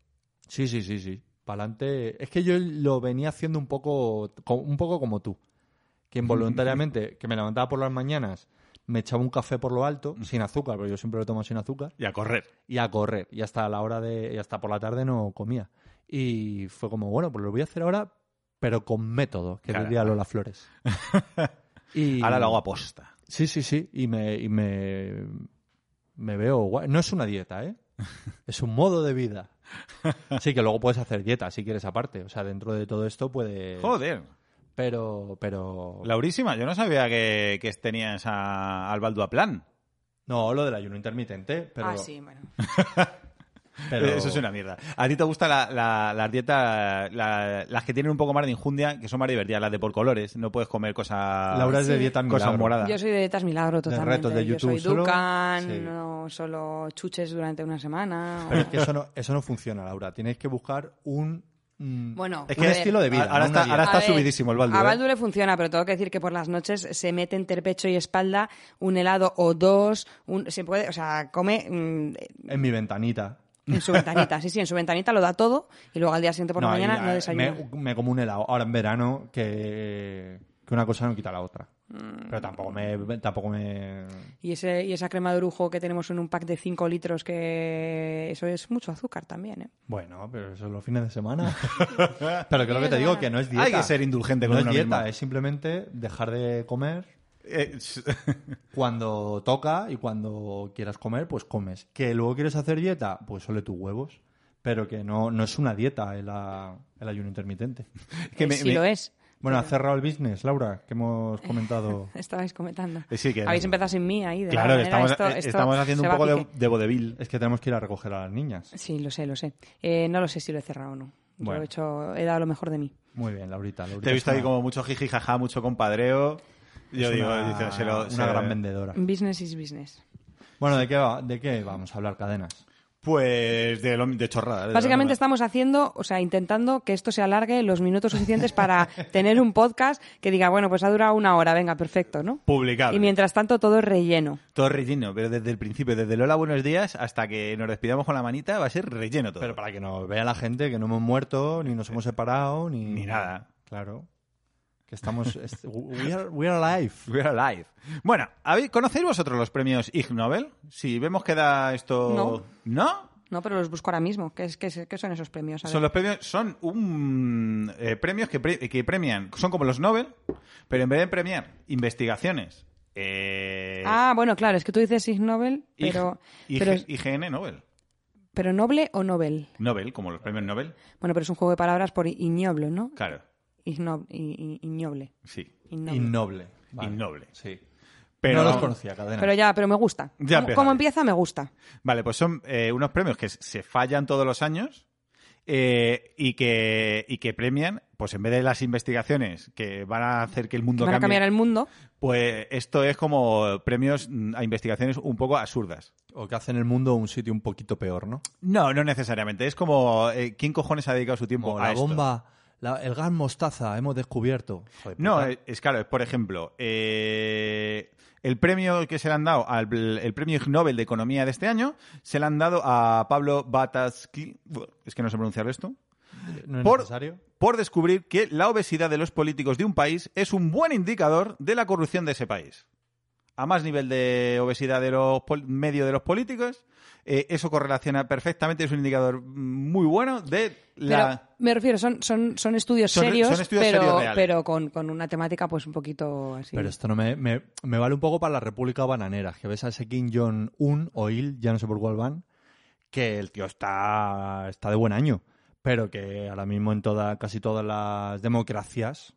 Sí, sí, sí, sí. Pa'lante. Es que yo lo venía haciendo un poco, co- un poco como tú. Que involuntariamente, que me levantaba por las mañanas, me echaba un café por lo alto, sin azúcar, porque yo siempre lo tomo sin azúcar, Y a correr. y a correr. Y hasta la hora de. y hasta por la tarde no comía. Y fue como, bueno, pues lo voy a hacer ahora, pero con método, que Claro. diría Lola Flores. Y- Ahora lo hago aposta. Sí, sí, sí. Y me, y me, me veo guay. No es una dieta, ¿eh? Es un modo de vida. Sí, que luego puedes hacer dieta si quieres aparte. O sea, dentro de todo esto puede. Joder. Pero, pero. Laurísima, yo no sabía que, que tenías a, al Baldu a plan. No, lo del ayuno intermitente, pero. Ah, sí, bueno. pero- Eh, Eso es una mierda. A ti te gustan la- la- las dietas, la- las que tienen un poco más de injundia, que son más divertidas, las de por colores. No puedes comer cosas... Laura es de Sí. dieta Cosas milagro. moradas. Yo soy de dietas milagro totalmente. retos de Yo soy YouTube solo, Dukan, sí. no solo chuches durante una semana. Pero es o- que eso no, eso no funciona, Laura. Tienes que buscar un. mm, Bueno, Es un que- estilo de vida. Ahora no está- una ahora dieta. está A ver, subidísimo el Baldu, A ¿eh? Baldu le funciona, pero tengo que decir que por las noches se mete entre pecho y espalda un helado o dos. Un, se puede, o sea, come mm, En mi ventanita. en su ventanita. Sí, sí, en su ventanita lo da todo y luego al día siguiente por No, la y, mañana no eh, desayuna. Me, me como un helado. Ahora en verano que, que una cosa no quita la otra. Mm. Pero tampoco me, tampoco me. Y, ese, y esa crema de orujo que tenemos en un pack de 5 litros, que eso es mucho azúcar también, ¿eh? Bueno, pero eso es los fines de semana. pero que lo que te digo que no es dieta. Hay que ser indulgente con no es uno dieta, mismo. es simplemente dejar de comer Eh, s- cuando toca y cuando quieras comer, pues comes. Que luego quieres hacer dieta, pues sole tus huevos. Pero que no, no es una dieta el, a- el ayuno intermitente. que Eh, me- sí me- lo es. Bueno, ha cerrado el business, Laura, que hemos comentado. Estabais comentando. Eh, sí que- Habéis empezado sin mí ahí. De Claro, alguna manera, estamos, esto- eh, esto estamos haciendo se un va a poco de, pique. de vodevil. Es que tenemos que ir a recoger a las niñas. Sí, lo sé, lo sé. Eh, no lo sé si lo he cerrado o no. Yo Bueno. he, hecho, he dado lo mejor de mí. Muy bien, Laurita. Laurita Te he visto es ahí una- como mucho jiji jaja, mucho compadreo. Yo es digo, una, dice, eh, se lo- una se- gran vendedora. Business is business. Bueno, ¿de qué, va- ¿de qué vamos a hablar, cadenas? Pues de, lo- de chorrada. de Básicamente chorrada. estamos haciendo, o sea, intentando que esto se alargue los minutos suficientes para tener un podcast que diga, bueno, pues ha durado una hora, venga, perfecto, ¿no? Publicable. Y mientras tanto todo es relleno. Todo relleno, pero desde el principio, desde el hola buenos días hasta que nos despidamos con la manita, va a ser relleno todo. Pero para que nos vea la gente que no hemos muerto, ni nos hemos separado, ni... Ni nada. Claro. Que estamos... es- we, are, we are alive. We are alive. Bueno, ¿habéis- ¿conocéis vosotros los premios Ig Nobel? Si vemos que da esto... ¿No? No, pero los busco ahora mismo. ¿Qué, es, qué, es- qué son esos premios? A ver. Son los premios, son un eh, premios que, pre- que premian, son como los Nobel, pero en vez de premiar investigaciones, eh, Ah, bueno, claro, es que tú dices Ig Nobel, Ig- pero, Ig- pero, IGN Nobel. pero Noble o Nobel. Nobel, como los premios Nobel. Bueno, pero es un juego de palabras por Iñoblo, ¿no? Claro, Igno- i- i- Ignoble. sí. Ignoble. Innoble. Vale. Innoble. Sí. Pero no los conocía, cadena. Pero ya, pero me gusta. Ya como, empieza. como empieza, me gusta. Vale, pues son eh, unos premios que se fallan todos los años eh, y, que, y que premian, pues en vez de las investigaciones que van a hacer que el mundo Van a cambie, cambiar el mundo. pues esto es como premios mm, a investigaciones un poco absurdas. O que hacen el mundo un sitio un poquito peor, ¿no? No, no necesariamente. Es como, eh, ¿quién cojones ha dedicado su tiempo Como a la esto? bomba, la- el gas mostaza, hemos descubierto. Joder, No, puta. es, es claro, es por ejemplo, eh, el premio que se le han dado, al, el premio Ig Nobel de Economía de este año, se le han dado a Pablo Batasky, es que no sé pronunciar esto, no es por- necesario. por descubrir que la obesidad de los políticos de un país es un buen indicador de la corrupción de ese país. A más nivel de obesidad de los pol- medio de los políticos, eh, eso correlaciona perfectamente, es un indicador muy bueno de la... Pero me refiero, son, son, son estudios Son re- serios, son estudios pero, serios reales. pero con, con una temática pues un poquito así. Pero esto no me, me, me vale un poco para la República Bananera, que ves a ese Kim Jong-un o Il, ya no sé por cuál van, que el tío está, está de buen año, pero que ahora mismo en toda, casi todas las democracias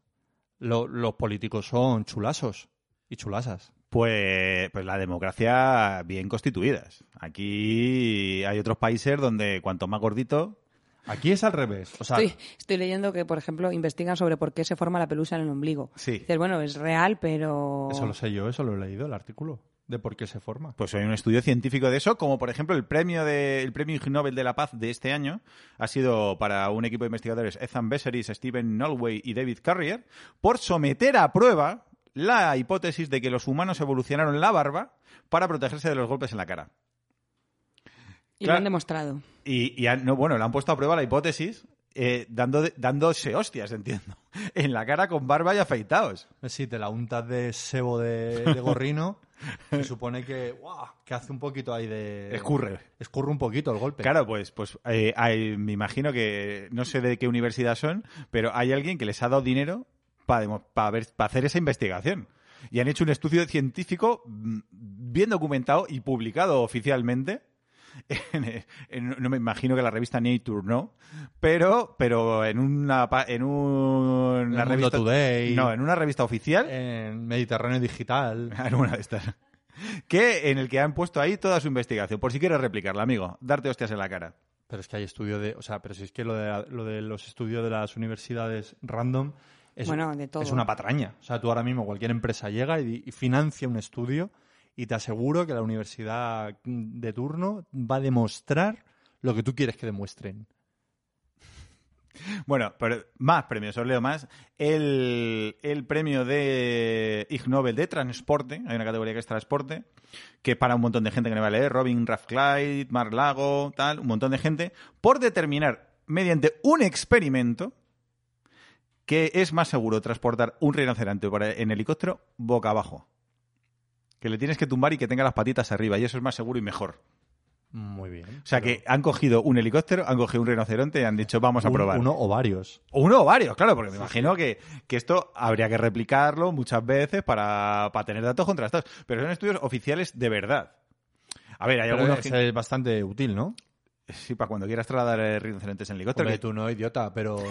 lo- los políticos son chulasos y chulasas. Pues, pues la democracia bien constituidas. Aquí hay otros países donde cuanto más gordito... Aquí es al revés. O sea, estoy, estoy leyendo que, por ejemplo, investigan sobre por qué se forma la pelusa en el ombligo. Sí. Dices, bueno, es real, pero... eso lo sé yo, eso lo he leído, el artículo, de por qué se forma. Pues hay un estudio científico de eso, como por ejemplo el premio de, el premio Ig Nobel de la Paz de este año ha sido para un equipo de investigadores Ethan Besseris, Stephen Norway y David Carrier por someter a prueba la hipótesis de que los humanos evolucionaron la barba para protegerse de los golpes en la cara. Y lo claro. han demostrado. Y, y han- no, bueno, le han puesto a prueba la hipótesis eh, dando, dándose hostias, entiendo. En la cara con barba y afeitados. Si te la untas de sebo de, de gorrino, se supone que, ¡guau! que hace un poquito ahí de... Escurre. Escurre un poquito el golpe. Claro, pues, pues eh, hay- me imagino que no sé de qué universidad son, pero hay alguien que les ha dado dinero para hacer esa investigación. Y han hecho un estudio científico mm, bien documentado y publicado oficialmente. en- en- no me imagino que la revista Nature no, pero, pero en una, pa- en un- una Mundo revista. Today. Eh. No, en una revista oficial. En Mediterráneo Digital. Alguna de estas. Que en el que han puesto ahí toda su investigación. Por si quieres replicarla, amigo. Darte hostias en la cara. Pero es que hay estudio de... O sea, pero si es que lo de, lo de los estudios de las universidades random es, Bueno, de todo. es una patraña. O sea, tú ahora mismo cualquier empresa llega y, y financia un estudio y te aseguro que la universidad de turno va a demostrar lo que tú quieres que demuestren. Bueno, pero más premios, os leo más. El, el premio de Ig Nobel de Transporte, hay una categoría que es Transporte, que para un montón de gente que no va a leer, Robin Radcliffe, Mark Lago, tal, un montón de gente, por determinar mediante un experimento que es más seguro transportar un rinoceronte por- en helicóptero boca abajo. Que le tienes que tumbar y que tenga las patitas arriba, y eso es más seguro y mejor. Muy bien. O sea que han cogido un helicóptero, han cogido un rinoceronte y han dicho, vamos a Un- probar. Uno o varios. O Uno o varios, claro, porque me imagino que, que esto habría que replicarlo muchas veces para, para tener datos contrastados. Pero son estudios oficiales de verdad. A ver, hay Pero algunos es, que... eh, bastante útil, ¿no? Sí, para cuando quieras trasladar eh, rinocerontes en helicóptero. Hombre, que- tú no, idiota, pero...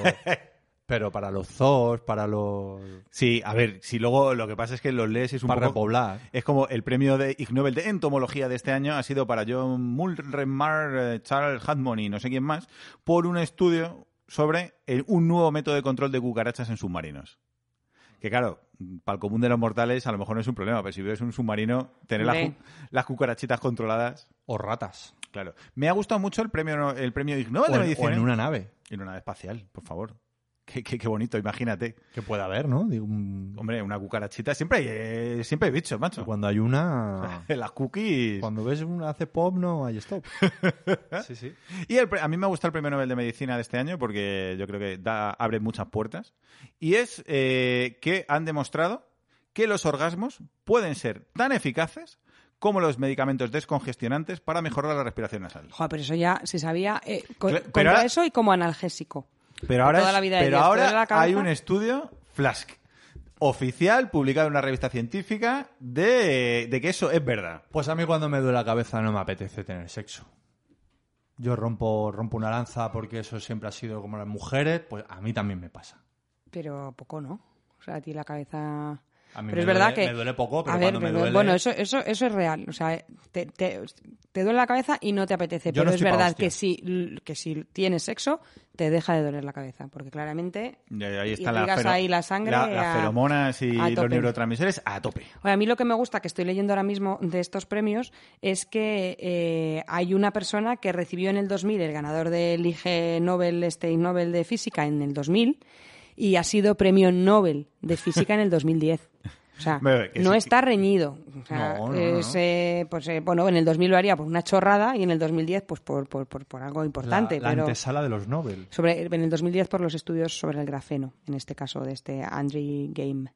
pero para los zoos, para los... Sí, a ver, si luego lo que pasa es que los lees y es un para poco... repoblar. Es como el premio de Ig Nobel de entomología de este año ha sido para John Mulrenmar, eh, Charles Hadmon y no sé quién más, por un estudio sobre el- un nuevo método de control de cucarachas en submarinos. Que claro, para el común de los mortales a lo mejor no es un problema, pero si vives en un submarino, tener las, Hombre. cu- las cucarachitas controladas, O ratas. claro. Me ha gustado mucho el premio, no- el premio Ig O Nobel de en, medicina. o en una nave. En una nave espacial, por favor. Qué, qué- qué bonito, imagínate. Que pueda haber, ¿no? Digo, un- Hombre, una cucarachita, siempre hay, eh, siempre hay bichos, macho. Cuando hay una... Las cookies. Cuando ves una hace pop, no hay stop. Sí, sí. ¿Eh? Y el pre- a mí me gusta el premio Nobel de Medicina de este año porque yo creo que da, abre muchas puertas. Y es eh, que han demostrado que los orgasmos pueden ser tan eficaces como los medicamentos descongestionantes para mejorar la respiración nasal. Joder, pero eso ya se sabía eh, co- Cla- pero contra ahora- eso y como analgésico. Pero ahora, Toda es- la vida pero ellos, ahora toda la cabeza. hay un estudio Flask oficial publicado en una revista científica de, de que eso es verdad. Pues a mí cuando me duele la cabeza no me apetece tener sexo. Yo rompo, rompo una lanza porque eso siempre ha sido como las mujeres, pues a mí también me pasa. Pero poco, ¿no? O sea, a ti la cabeza. A mí pero me es verdad duele- que. me duele poco, pero a ver, cuando me pero- duele- Bueno, eso, eso, eso es real. O sea, te, te- te duele la cabeza y no te apetece. Yo pero no es estoy pa' verdad que hostias. si, que si tienes sexo, te deja de doler la cabeza. Porque claramente. Y Ahí están las irrigas fero- ahí la sangre la- las a- feromonas y a los tope. neurotransmisores a tope. Oye, a mí lo que me gusta que estoy leyendo ahora mismo de estos premios es que eh, hay una persona que recibió en el 2000 el ganador del IG Nobel, este Ig Nobel de física en el 2000 y ha sido premio Nobel de física en el 2010. O sea, Hombre, que no sí. está reñido. O sea, No, no, no, es, eh, pues, eh, bueno, en el 2000 lo haría por una chorrada y en el 2010 pues por, por, por, por algo importante. la, la pero antesala de los Nobel. sobre, en el 2010 por los estudios sobre el grafeno, en este caso de este Andrew Game.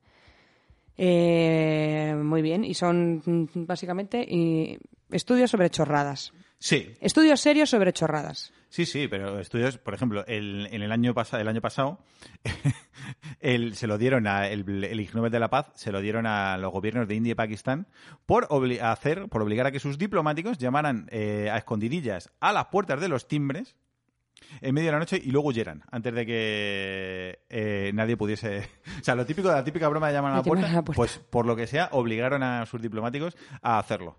Eh, muy bien, y son mm, básicamente eh, estudios sobre chorradas. Sí, Estudios serios sobre chorradas. Sí, sí, pero estudios, por ejemplo, el- en el año, pasado, el año pasado, el- se lo dieron a, el, el Ig Nobel de la Paz, se lo dieron a los gobiernos de India y Pakistán por obli- a hacer, por obligar a que sus diplomáticos llamaran eh, a escondidillas a las puertas de los timbres en medio de la noche y luego huyeran antes de que eh, nadie pudiese o sea lo típico la típica broma de llamar a la De llamar puerta, a la puerta. pues por lo que sea obligaron a sus diplomáticos a hacerlo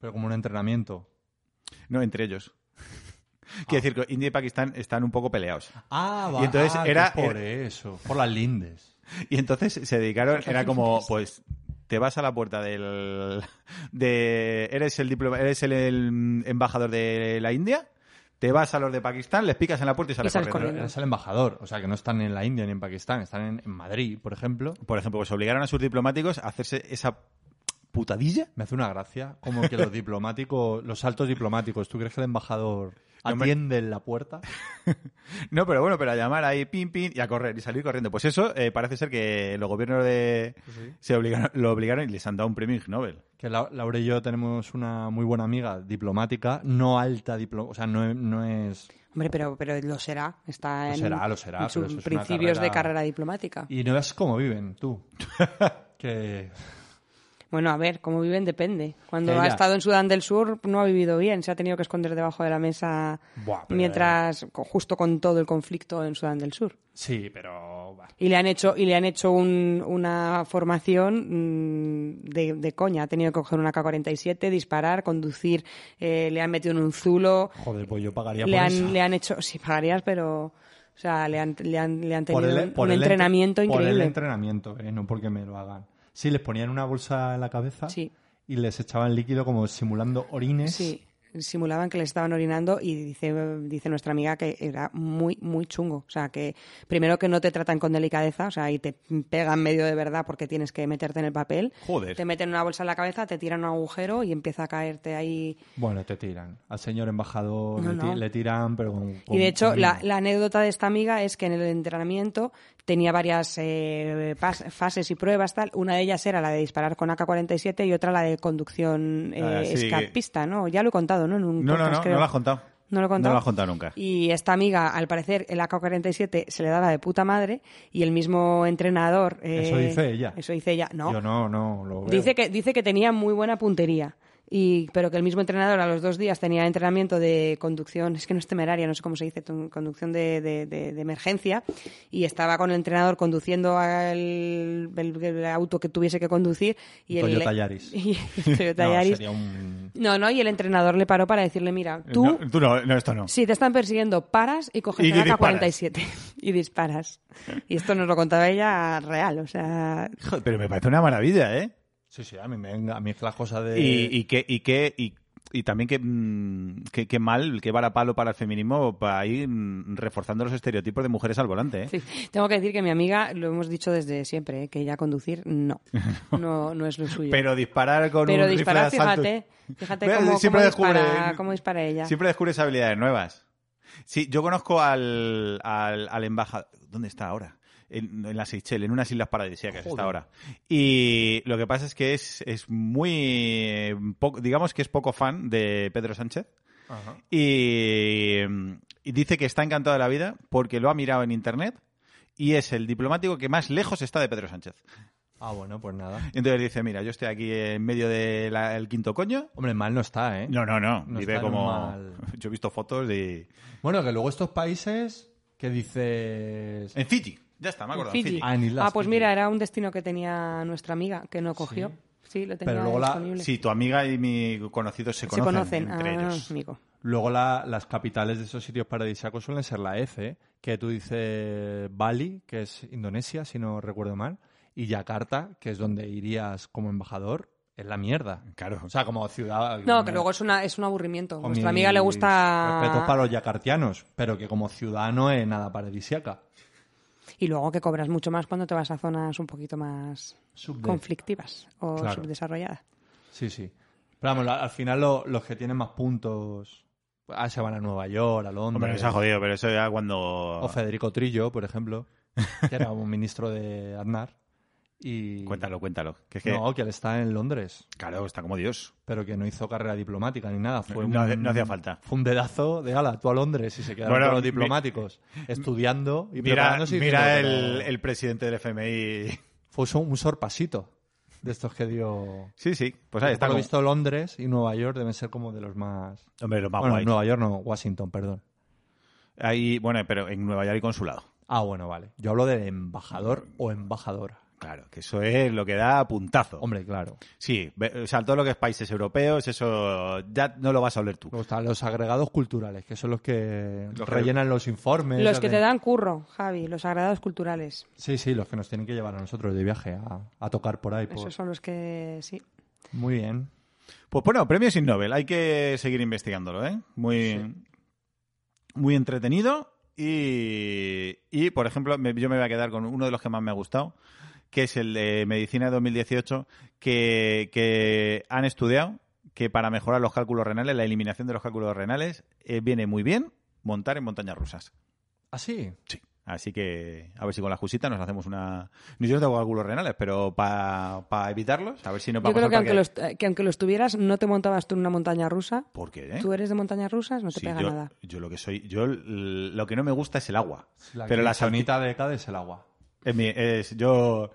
Pero como un entrenamiento. no entre ellos Quiero Ah. decir que India y Pakistán están un poco peleados. Ah, va- ah, que es por por eso, por las lindes. Y entonces se dedicaron, era como, pues, te vas a la puerta del, de, eres el diploma, eres el, el embajador de la India, te vas a los de Pakistán, les picas en la puerta y sales, sales corriendo. corriendo. Es el embajador, o sea que no están en la India ni en Pakistán, están en, en Madrid, por ejemplo. Por ejemplo, pues obligaron a sus diplomáticos a hacerse esa putadilla. Me hace una gracia como que los diplomáticos, los altos diplomáticos, ¿tú crees que el embajador hombre. Atienden la puerta. No, pero bueno, pero a llamar ahí, pin, pin, y a correr, y salir corriendo. Pues eso, eh, parece ser que los gobiernos de... Pues se obligaron, lo obligaron y les han dado un premio Ig Nobel. Que Lau- Laura y yo tenemos una muy buena amiga diplomática, no alta diplomática, o sea, no, e- no es... Hombre, pero, pero lo será. Está Lo en, será, lo será, en pero sus eso es una principios de carrera- carrera diplomática. Y no ves cómo viven, tú. que... Bueno, a ver, cómo viven depende. Cuando Ella- ha estado en Sudán del Sur no ha vivido bien, se ha tenido que esconder debajo de la mesa Buah, pero, mientras, co- justo con todo el conflicto en Sudán del Sur. Sí, pero... bah, Y le han hecho, y le han hecho un- una formación mm, de, de coña. Ha tenido que coger una K-47, disparar, conducir, eh, le han metido en un zulo, Joder, pues yo pagaría le por eso. han, le han hecho, sí, pagarías, pero, o sea, le han, le han, le han Por tenido el- e, un- por un el entre- entrenamiento Por el increíble. entrenamiento, eh, no porque me lo hagan. Sí, les ponían una bolsa en la cabeza Sí. y les echaban líquido como simulando orines. Sí, simulaban que les estaban orinando y dice, dice nuestra amiga que era muy, muy chungo. O sea, que primero que no te tratan con delicadeza, o sea, y te pegan medio de verdad porque tienes que meterte en el papel. Joder. Te meten una bolsa en la cabeza, te tiran un agujero y empieza a caerte ahí. Bueno, te tiran. Al señor embajador No, le, ti- no. le tiran, pero con- con- Y de hecho, con- la, la anécdota de esta amiga es que en el entrenamiento tenía varias eh, pas- fases y pruebas, tal. Una de ellas era la de disparar con AK-47 y otra la de conducción eh, Ah, sí, que- escapista, ¿no? Ya lo he contado, ¿no? En un No, no, podcast, no, creo. no lo has contado. No lo he contado. No lo has contado nunca. Y esta amiga, al parecer, el AK-47 se le daba de puta madre y el mismo entrenador... eh, Eso dice ella. Eso dice ella. No, Yo no, no lo Pues veo. Dice que, dice que tenía muy buena puntería, y, pero que el mismo entrenador a los dos días tenía entrenamiento de conducción, es que no es temeraria, no sé cómo se dice, tu- conducción de, de- de- de emergencia, y estaba con el entrenador conduciendo al el- el auto que tuviese que conducir. Y Un el, Toyota Yaris. y el Toyota No, Yaris. sería un- No, no, y el entrenador le paró para decirle, mira, Eh, tú... No, tú no, no, esto no. Si te están persiguiendo, paras y coges Y el disparas. AK-47 y disparas. Y esto nos lo contaba ella real, o sea, Joder, pero me parece una maravilla, ¿eh? Sí, sí, a mí, me, a mí es la cosa de... Y, y que, y que, y, y también que, mm, que, que mal, que varapalo para el feminismo para ir mm, reforzando los estereotipos de mujeres al volante, ¿eh? Sí. Tengo que decir que mi amiga, lo hemos dicho desde siempre, ¿eh? que ella conducir no, no, no es lo suyo. Pero disparar con Pero un rifle de disparar, asalto. fíjate, fíjate Ve, cómo, siempre cómo dispara, descubre- eh, cómo dispara ella. Siempre descubres habilidades nuevas. Sí, yo conozco al, al, al embajador. ¿Dónde está ahora? En, en las Seychelles, en unas islas paradisíacas está ahora. Y lo que pasa es que es, es muy. poco- digamos que es poco fan de Pedro Sánchez. Ajá. Y, y dice que está encantado de la vida porque lo ha mirado en internet y es el diplomático que más lejos está de Pedro Sánchez. Ah, bueno, pues nada. Entonces dice: Mira, yo estoy aquí en medio del quinto coño. Hombre, mal no está, ¿eh? No, no, no. No vive está como. mal. Yo he visto fotos de. Bueno, que luego estos países que dices... En Fiji. Ya está, me acuerdo. En Fiji. Fiji. Ah, en Islas Ah, pues Fiji. mira, era un destino que tenía nuestra amiga, que no cogió. Sí, lo tenía Pero luego la- disponible. Sí, tu amiga y mi conocido se Se conocen, conocen, entre ah, ellos. amigo. Luego la- las capitales de esos sitios paradisíacos suelen ser la F, ¿eh? que tú dices Bali, que es Indonesia, si no recuerdo mal, y Yakarta, que es donde irías como embajador, es la mierda. Claro. O sea, como ciudad... No, que luego es, una, es un aburrimiento. con Nuestra mis amiga le gusta... Respetos para los yakartianos, pero que como ciudad no es nada paradisíaca. Y luego que cobras mucho más cuando te vas a zonas un poquito más Subde. conflictivas o Claro. subdesarrolladas. Sí, sí. Pero vamos, la- al final lo- los que tienen más puntos ah, se van a Nueva York, a Hombre, Londres. nos ha jodido, pero eso ya cuando. o Federico Trillo, por ejemplo, que era un ministro de Aznar. Y... Cuéntalo, cuéntalo. Que es que, No, que él está en Londres, claro, está como Dios. pero que no hizo carrera diplomática ni nada. Fue No, un- no hacía falta. Fue un dedazo de ala, tú a Londres y se quedaron Bueno, todos los mi- diplomáticos estudiando y Mira, preparándose. y mira diciendo, el, pero el presidente del FMI. Fue un, un sorpasito de estos que dio... Sí, sí. Pues ahí está. Por lo como- visto, Londres y Nueva York deben ser como de los más... Hombre, lo más bueno, guay. Nueva York no, Washington, perdón. Ahí, bueno, pero en Nueva York hay consulado. Ah, bueno, vale. Yo hablo de embajador o embajadora. Claro, que eso es lo que da puntazo. Hombre, claro. Sí, ve- o sea, todo lo que es países europeos, eso ya no lo vas a oler tú. Luego están los agregados culturales, que son los que Los que- rellenan los informes. Los que te hacen- dan curro, Javi, los agradados culturales. Sí, sí, los que nos tienen que llevar a nosotros de viaje a, a tocar por ahí. por- Esos son los que sí. Muy bien. Pues bueno, premios Ig Nobel, hay que seguir investigándolo, ¿eh? Muy, muy entretenido y, y, por ejemplo, me- yo me voy a quedar con uno de los que más me ha gustado, que es el de Medicina de 2018, que, que han estudiado que para mejorar los cálculos renales, la eliminación de los cálculos renales, eh, viene muy bien montar en montañas rusas. ¿Ah, sí? Sí. Así que a ver si con la jusita nos hacemos una... No, yo no tengo cálculos renales, pero para evitarlos, a ver si no Yo vamos creo al que aunque, parque. los, eh, que aunque los tuvieras, no te montabas tú en una montaña rusa. ¿Por qué, eh? Tú eres de montañas rusas, no te Sí, pega yo, nada. yo lo que soy, yo l- lo que no me gusta es el agua. pero la la saunita, saunita de Cádiz es el agua. es mi- es- yo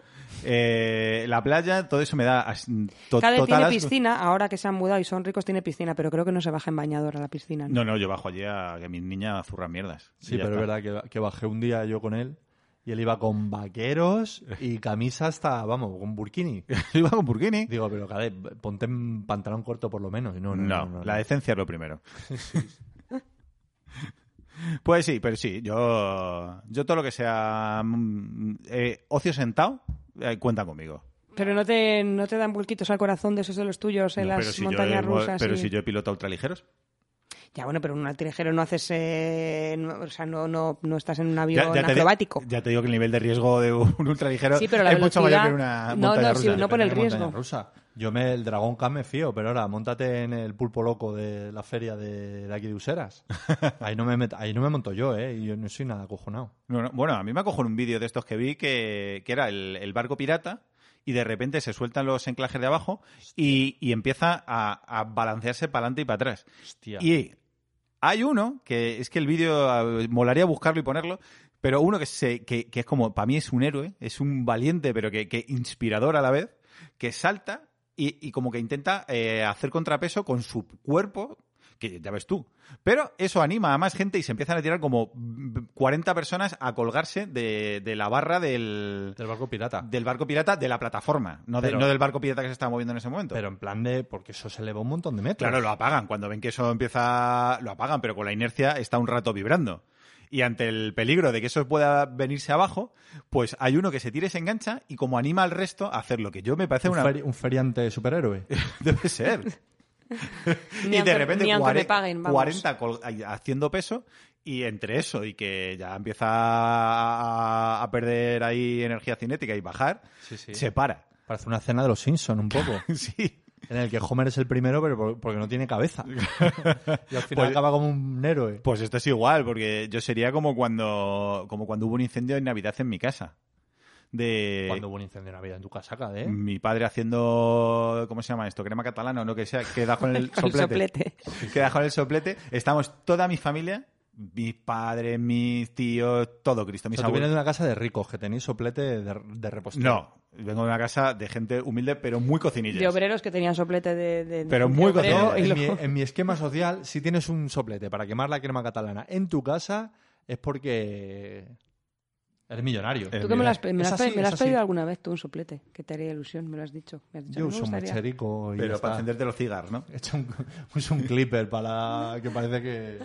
eh, la playa, todo eso me da as- to- Cádiz total tiene asco. piscina, ahora que se han mudado y son ricos, tiene piscina, pero creo que no se baja en bañador a la piscina. ¿no? No, no, yo bajo allí a que mis niñas zurran mierdas. Sí, Y ya pero es está. verdad que, que bajé un día yo con él y él iba con vaqueros y camisa hasta, vamos, con burkini. Yo iba con burkini. Digo, pero Cádiz, ponte en pantalón corto por lo menos. Y No, no, No, no, no, la no. decencia es lo primero. pues sí, pero sí, yo, yo todo lo que sea mm, eh, ocio sentado, eh, cuentan conmigo. Pero no te, no te dan vuelquitos al corazón de esos de los tuyos en No, las pero si yo montañas he- rusas. Pero y- si yo he pilotado ultraligeros. Ya, bueno, pero en un altirejero no haces. eh, no- o sea, no, no, no estás en un avión ya te di- acrobático. ya te digo que el nivel de riesgo de un ultraligero Sí, pero la es mucho mayor velocidad- que en una no, montaña no, rusa. sí, no por el Depende de la Ah, montaña riesgo. rusa. Yo me el dragón Khan me fío, pero ahora montate en el pulpo loco de la feria de, de aquí de Useras. Ahí no me met- ahí no me monto yo, eh, y yo no soy nada acojonado. No, no, Bueno, a mí me acojo en un vídeo de estos que vi que, que era el, el barco pirata y de repente se sueltan los enclajes de abajo y, y empieza a, a balancearse para adelante y para atrás. Hostia. Y hay uno que es que el vídeo eh, molaría buscarlo y ponerlo, pero uno que, se, que, que es como, para mí es un héroe, es un valiente, pero que, que inspirador a la vez, que salta y, y como que intenta eh, hacer contrapeso con su cuerpo, que ya ves tú. Pero eso anima a más gente y se empiezan a tirar como 40 personas a colgarse de, de la barra del, del barco pirata. del barco pirata de la plataforma, no, de- Pero- no del barco pirata que se estaba moviendo en ese momento. pero en plan de porque eso se eleva un montón de metros. Claro, lo apagan. Cuando ven que eso empieza, lo apagan, pero con la inercia está un rato vibrando. Y ante el peligro de que eso pueda venirse abajo, pues hay uno que se tira y se engancha y como anima al resto a hacer lo que yo me parece un, una... feri- un feriante superhéroe. Debe ser. Ni y aunque- de repente ni aunque me cuare- paguen, vamos. 40 col- haciendo peso y entre eso y que ya empieza a, a perder ahí energía cinética y bajar, Sí, sí. se para. Parece una cena de los Simpson un poco. sí. en el que Homer es el primero, pero por- porque no tiene cabeza. y al final Pues- acaba como un héroe. Pues esto es igual, porque yo sería como cuando, como cuando hubo un incendio en Navidad en mi casa. De Cuando hubo un incendio en Navidad en tu casa, ¿eh? mi padre haciendo, ¿cómo se llama esto? Crema catalana o lo que sea, queda con el Con el soplete. soplete. Queda con el soplete. Estamos toda mi familia, mis padres, mis tíos, todo Cristo, O mis sea, tú vienes abuelos. de una casa de ricos, que tenéis soplete de, de repostero. No, vengo de una casa de gente humilde, pero muy cocinilla. De obreros que tenían soplete de. de- Pero de muy obrero cocinero. Yo, y en, mi, luego- en mi esquema social, si tienes un soplete para quemar la crema catalana en tu casa, es porque eres millonario. Eh, Tú que me lo has, me lo Es has pe- así, me lo es has pedido así. alguna vez tú un soplete, que te haría ilusión, me lo has dicho. Me has dicho, Yo "Me uso un gustaría". macherico y ya pero para está. encenderte los cigarros, ¿no? He hecho un, uso un clipper para que parece que...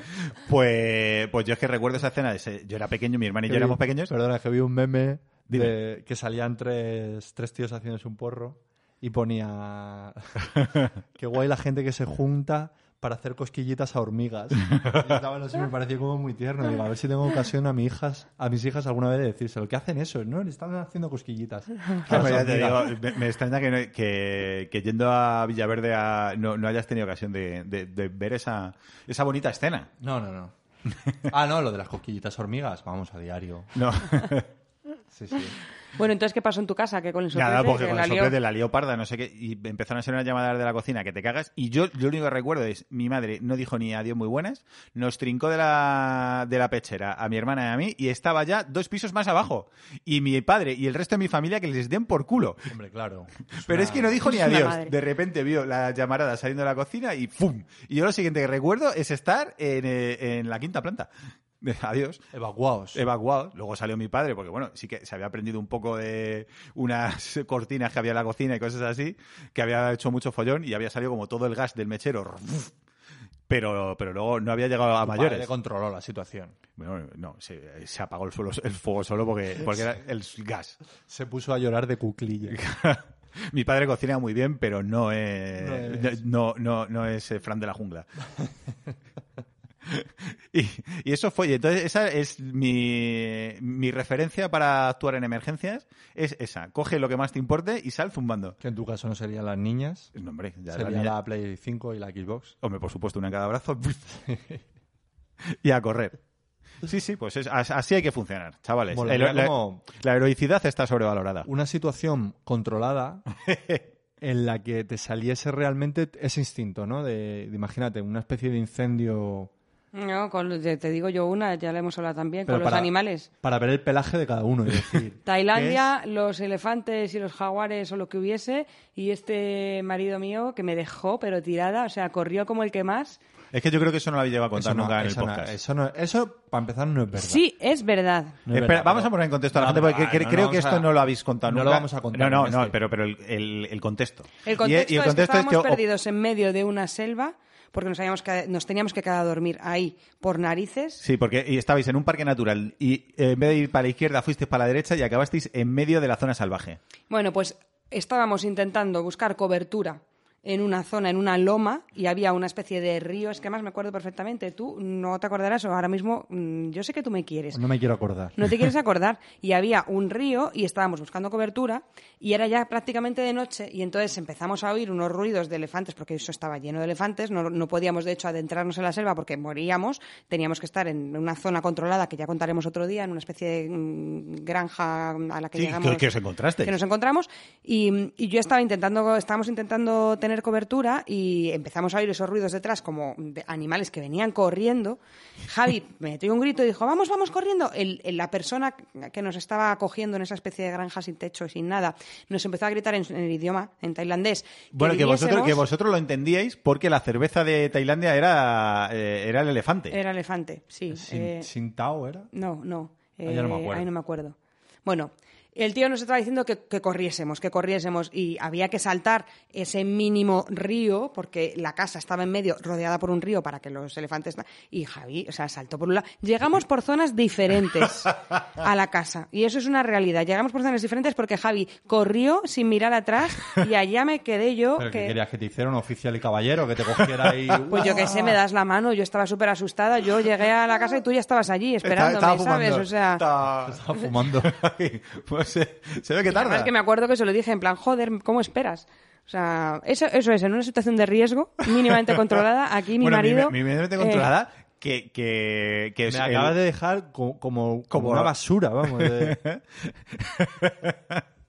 Pues, pues yo es que recuerdo esa escena. ese- Yo era pequeño, mi hermana y yo éramos pequeños. Perdona, que vi un meme Dime. de que salían tres, tres tíos haciéndose un porro y ponía... Qué guay la gente que se junta para hacer cosquillitas a hormigas. Y estaba, no sé, me pareció como muy tierno. Digo, a ver si tengo ocasión a, mis hijas, a mis hijas alguna vez de decírselo. ¿Qué hacen eso? No, le están haciendo cosquillitas. a las Hombre, ya te hormigas. digo, me, me extraña que, no- que- que yendo a Villaverde a- no, no hayas tenido ocasión de, de- de ver esa, esa bonita escena. No, no, no. Ah, no, lo de las cosquillitas a hormigas. Vamos a diario. No, Sí, sí. Bueno, entonces, ¿qué pasó en tu casa? Que con el soplete. nada, porque que con la el lió? soplete de la leoparda, no sé qué, y empezaron a ser unas llamadas de la cocina que te cagas. Y yo lo único que recuerdo es, mi madre no dijo ni adiós muy buenas, nos trincó de la, de la pechera a mi hermana y a mí, y estaba ya dos pisos más abajo. Y mi padre y el resto de mi familia que les den por culo. Hombre, claro. Pero es que no dijo ni es una adiós. madre. De repente vio la llamarada saliendo de la cocina y ¡pum! Y yo lo siguiente que recuerdo es estar en, eh, en la quinta planta. Adiós. Evacuaos. Evacuado. Luego salió mi padre, porque bueno, sí que se había aprendido un poco de unas cortinas que había en la cocina y cosas así, que había hecho mucho follón y había salido como todo el gas del mechero. Pero, pero luego no había llegado a Mayores. mayores. controló la situación. Bueno, no, se, se apagó el, suelo, el fuego solo porque, porque era el gas. Se puso a llorar de cuclilla. Mi padre cocina muy bien, pero no es, No es. no, no, no es eh, Fran de la jungla. Y, y eso fue. Y entonces, esa es mi, mi referencia para actuar en emergencias. Es esa. Coge lo que más te importe y sal zumbando. Que en tu caso no serían las niñas, No, hombre, ya la sería niña- la Play 5 y la Xbox. Hombre, por supuesto, una en cada brazo. y a correr. Sí, sí, pues es- as- así hay que funcionar, chavales. Molaría El- la, como- la heroicidad está sobrevalorada. Una situación controlada en la que te saliese realmente ese instinto, ¿no? De, de imagínate, una especie de incendio... No, con los- te te digo yo una, ya la hemos hablado también, pero con los para- animales. Para ver el pelaje de cada uno y decir... Tailandia, los elefantes y los jaguares o lo que hubiese, y este marido mío que me dejó, pero tirada, o sea, corrió como el que más. Es que yo creo que eso no lo habéis llegado a Eso contar no, nunca en el eso no, podcast. eso no- eso, para empezar, no es verdad. Sí, es verdad. No es Espera, verdad, vamos pero- a poner en contexto a la No, gente pero- porque ah, cre- no, no, creo o que sea, esto no lo habéis contado no nunca. lo vamos a contar No, no, en no, este. pero, pero el, el- el contexto. El contexto, y, y el es que contexto es que oh, estábamos o- o- perdidos en medio de una selva porque nos, habíamos queda- nos teníamos que quedar a dormir ahí por narices. Sí, porque y estabais en un parque natural y eh, en vez de ir para la izquierda fuisteis para la derecha y acabasteis en medio de la zona salvaje. Bueno, pues estábamos intentando buscar cobertura en una zona, en una loma, y había una especie de río, es que además me acuerdo perfectamente, tú no te acordarás, o ahora mismo mm, yo sé que tú me quieres, No me quiero acordar. No te quieres acordar. Y había un río y estábamos buscando cobertura y era ya prácticamente de noche y entonces empezamos a oír unos ruidos de elefantes porque eso estaba lleno de elefantes. No, no podíamos, de hecho, adentrarnos en la selva porque moríamos. Teníamos que estar en una zona controlada que ya contaremos otro día, en una especie de mm, granja a la que Sí, llegamos. que- que os encontrasteis. Que nos encontramos y, y yo estaba intentando, estábamos intentando tener cobertura y empezamos a oír esos ruidos detrás como de animales que venían corriendo. Javi me metió un grito y dijo, vamos, vamos corriendo. El- el- la persona que nos estaba acogiendo en esa especie de granja sin techo, y sin nada, nos empezó a gritar en, en el idioma, en tailandés. Bueno, que vosotros, que viviésemos- vosotros lo entendíais porque la cerveza de Tailandia era, eh, era el elefante. Era elefante, sí. Sin, eh, sin Tao era. No, no. eh, Ah, ya no me acuerdo. ahí no me acuerdo. Bueno, el tío nos estaba diciendo que, que corriésemos, que corriésemos y había que saltar ese mínimo río porque la casa estaba en medio, rodeada por un río para que los elefantes... na- Y Javi, o sea, saltó por un lado. Llegamos por zonas diferentes a la casa y eso es una realidad. Llegamos por zonas diferentes porque Javi corrió sin mirar atrás y allá me quedé yo... Pero que... que- querías que te hiciera un oficial y caballero, que te cogiera ahí... pues yo qué sé, me das la mano, yo estaba súper asustada, yo llegué a la casa y tú ya estabas allí esperándome, Estaba- estaba ¿sabes? fumando. O sea... Estaba- Estaba fumando. Ay, pues, eh, se- se ve que Además tarda. que me acuerdo que se lo dije en plan, joder, ¿cómo esperas? O sea, eso, eso es, en una situación de riesgo mínimamente controlada, aquí mi Bueno, marido... Mi, mi- mi mente eh, controlada, que, que, que es Me el- acabas de dejar co- como, como, una basura, vamos. de- eh,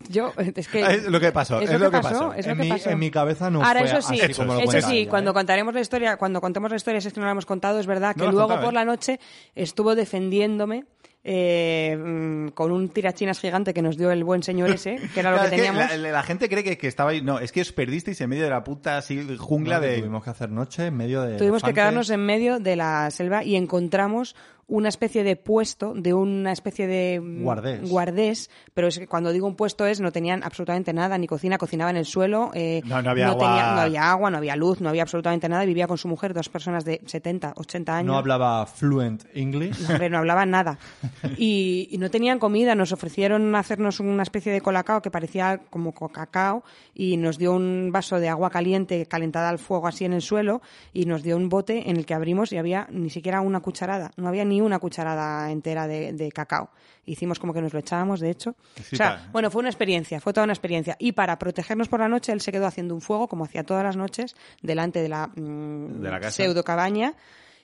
yo, es que... Es lo que pasó, Es, lo que pasó. es lo En que mi- pasó. en mi cabeza no Ahora, fue eso sí, así como lo eso cuenta sí, ella, cuando ¿eh? contaremos la historia, cuando contemos la historia, si es que no la hemos contado, es verdad No que la has luego contado, por ¿eh? la noche estuvo defendiéndome eh, mm, con un tirachinas gigante que nos dio el buen señor ese, que era lo Claro, que es que teníamos. la, la gente cree que, que estabais. No, es que os perdisteis en medio de la puta así, No, jungla que de. Tuvimos que hacer noche en medio de. Tuvimos que elefantes. quedarnos en medio de la selva y encontramos una especie de puesto, de una especie de mm, Guardés. guardés, pero es que cuando digo un puesto es no tenían absolutamente nada, ni cocina, cocinaba en el suelo, eh, No, no había agua. tenía- no había agua, no había luz, no había absolutamente nada, y vivía con su mujer, dos personas de 70, 80 años. No hablaba fluent English. No, hombre, no hablaban nada. Y, y no tenían comida, nos ofrecieron hacernos una especie de colacao que parecía como co- cacao y nos dio un vaso de agua caliente calentada al fuego así en el suelo y nos dio un bote en el que abrimos y había ni siquiera una cucharada, no había ni una cucharada entera de, de cacao. Hicimos como que nos lo echábamos, de hecho. Sí, o sea, pa- bueno, fue una experiencia, fue toda una experiencia. Y para protegernos por la noche, él se quedó haciendo un fuego, como hacía todas las noches, delante de la, mm, De la casa. pseudo cabaña.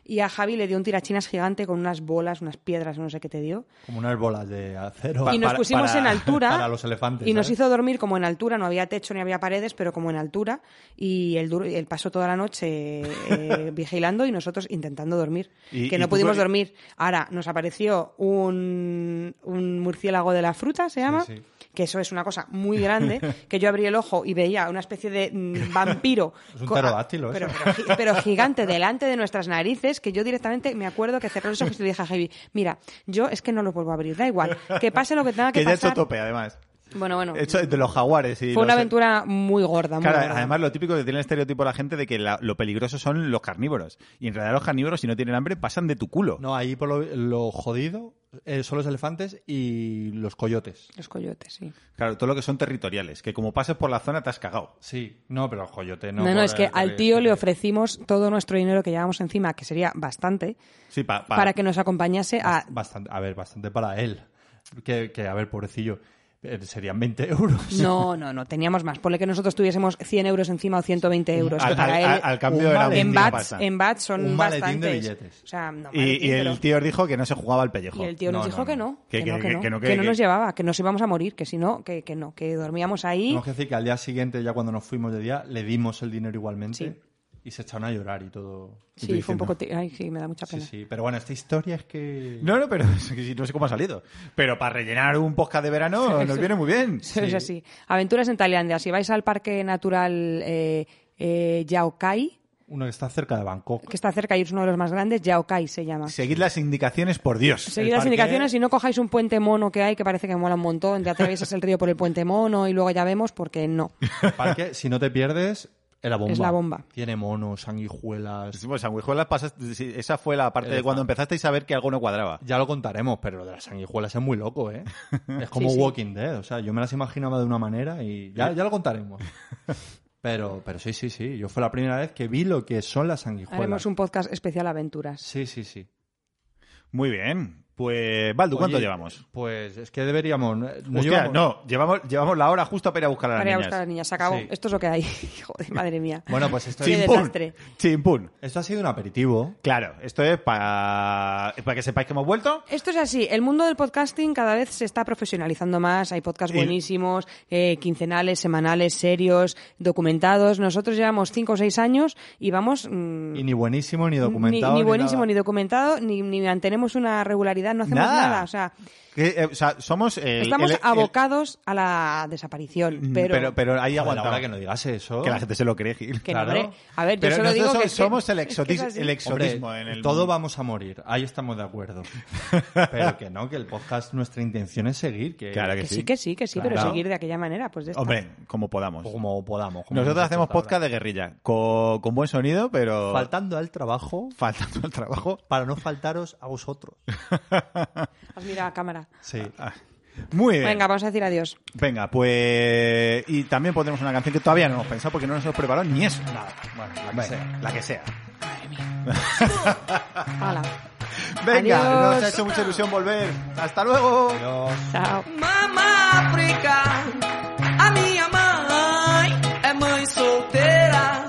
Y a Javi le dio un tirachinas gigante con unas bolas, unas piedras, no sé qué te dio. Como unas bolas de acero. y nos para- pusimos para- en altura. para los elefantes, Y nos ¿sabes? hizo dormir como en altura, no había techo ni había paredes, pero como en altura. Y él, dur- él pasó toda la noche eh, vigilando y nosotros intentando dormir. Y- que y no tú pudimos con- dormir. Ahora nos apareció un, un murciélago de la fruta, se llama. sí. Que eso es una cosa muy grande, que yo abrí el ojo y veía una especie de mm, vampiro. Es un co- pterodáctilo, pero, eso. pero gi- pero gigante delante de nuestras narices que yo directamente me acuerdo que cerré los ojos y le dije a Javi, mira, yo es que no lo vuelvo a abrir, da igual, que pase lo que tenga que, Que ya he hecho pasar. tope, además. Bueno, bueno. Hecho de los jaguares. Y Fue una los- aventura muy gorda. Muy Claro, gorda. además lo típico que tiene el estereotipo la gente de que la- lo peligroso son los carnívoros. Y en realidad los carnívoros, si no tienen hambre, pasan de tu culo. No, ahí por lo, lo jodido eh, son los elefantes y los coyotes. Los coyotes, sí. Claro, todo lo que son territoriales, que como pases por la zona te has cagado. Sí, no, pero los coyotes no. No, no, por es que el- al tío le ofrecimos todo nuestro dinero que llevábamos encima, que sería bastante, Sí, pa- pa- para que nos acompañase a... Bastante, a ver, bastante para él. Que, que, a ver, pobrecillo, eh, serían 20 euros. No, no, no, teníamos más. Ponle que nosotros tuviésemos 100 euros encima o 120 euros. Mm. al, que para al- él, al- al cambio un de la maletín en tío bats, pasa. en bats son Un maletín de bastantes. billetes. O sea, no, Y, maletín, y pero- el tío dijo que no se jugaba al pellejo. Y el tío nos No, dijo no, que no. no, Que- que, no, que- que, no, que no, que- que no nos que- llevaba, que nos íbamos a morir, que si no, que, que no, que dormíamos ahí. Tenemos que decir que al día siguiente, ya cuando nos fuimos de día, le dimos el dinero igualmente Sí. y se echaron a llorar y todo. Y sí, tú fue un diciendo, poco... te- Ay, sí, me da mucha Sí, pena. sí, pero bueno, esta historia es que... No, no, pero es que sí, no sé cómo ha salido. Pero para rellenar un podcast de verano nos viene muy bien. Eso es así. Aventuras en Tailandia. Si vais al parque natural eh, eh, Yao Kai, Uno que está cerca de Bangkok. que está cerca y es uno de los más grandes, Yao Kai se llama. Seguid las indicaciones, por Dios. Seguid el las parque- indicaciones y no cojáis un puente mono que hay, que parece que mola un montón, te atraviesas el río por el puente mono y luego ya vemos, porque no. El parque, si no te pierdes, es la bomba. Es la bomba. Tiene monos, sanguijuelas... Pues sanguijuelas pasaste- sí, esa fue la parte de Elefante. cuando empezasteis a ver que algo no cuadraba. Ya lo contaremos, pero lo de las sanguijuelas es muy loco, ¿eh? Es como Sí, sí. Walking Dead, o sea, yo me las imaginaba de una manera y ya, ya lo contaremos. Pero, pero sí, sí, sí, yo fue la primera vez que vi lo que son las sanguijuelas. Haremos un podcast especial aventuras. Sí, sí, sí. Muy bien. Pues, Baldu, ¿cuánto Oye, llevamos? Pues es que deberíamos... No, No, llevamos- no llevamos, llevamos la hora justa para ir a buscar a las Para ir a niñas. buscar a las niñas, se acabó. Sí. Esto es lo que hay. Joder, madre mía. Bueno, pues esto, Sí. es- Qué Chimpún. desastre. Chimpún. esto ha sido un aperitivo. Claro, esto es para para que sepáis que hemos vuelto. Esto es así, el mundo del podcasting cada vez se está profesionalizando más, hay podcasts Y- buenísimos, eh, quincenales, semanales, serios, documentados. Nosotros llevamos cinco o seis años y vamos... mm, Y ni buenísimo, ni ni, documentado. ni buenísimo, ni nada. documentado, ni, ni mantenemos una regularidad, no hacemos nada. Nada. O sea, Que, eh, o sea, somos el- estamos el- el- abocados a la desaparición. Pero, pero, pero ahí Joder, aguantamos. ahora que no digas eso. Que la gente se lo cree, Gil. que no, claro. hombre. A ver, yo Pero solo digo nosotros que es que- somos el, es que es exotis- así. el Hombre, exotismo en el todos vamos a morir, ahí estamos de acuerdo. Pero que no, que el podcast, nuestra intención es seguir, que Claro Que que sí, que sí, que sí, pero Claro. seguir de aquella manera, pues de esta. Hombre, como podamos. como podamos. como Nosotros hemos hacemos hecho hasta podcast de guerrilla, con, con buen sonido, pero ahora. faltando al trabajo faltando el trabajo. para no faltaros a vosotros. Has mirado a cámara. Sí. Ah. Muy bien. Venga, vamos a decir adiós. Venga, pues. Y también pondremos una canción que todavía no hemos pensado porque no nos hemos preparado ni eso. Nada. Bueno, la que sea. La que sea. Hala. Venga, Adiós. nos ha hecho mucha ilusión volver. ¡Hasta luego! Adiós. Chao. Mama África, a minha mãe é mãe solteira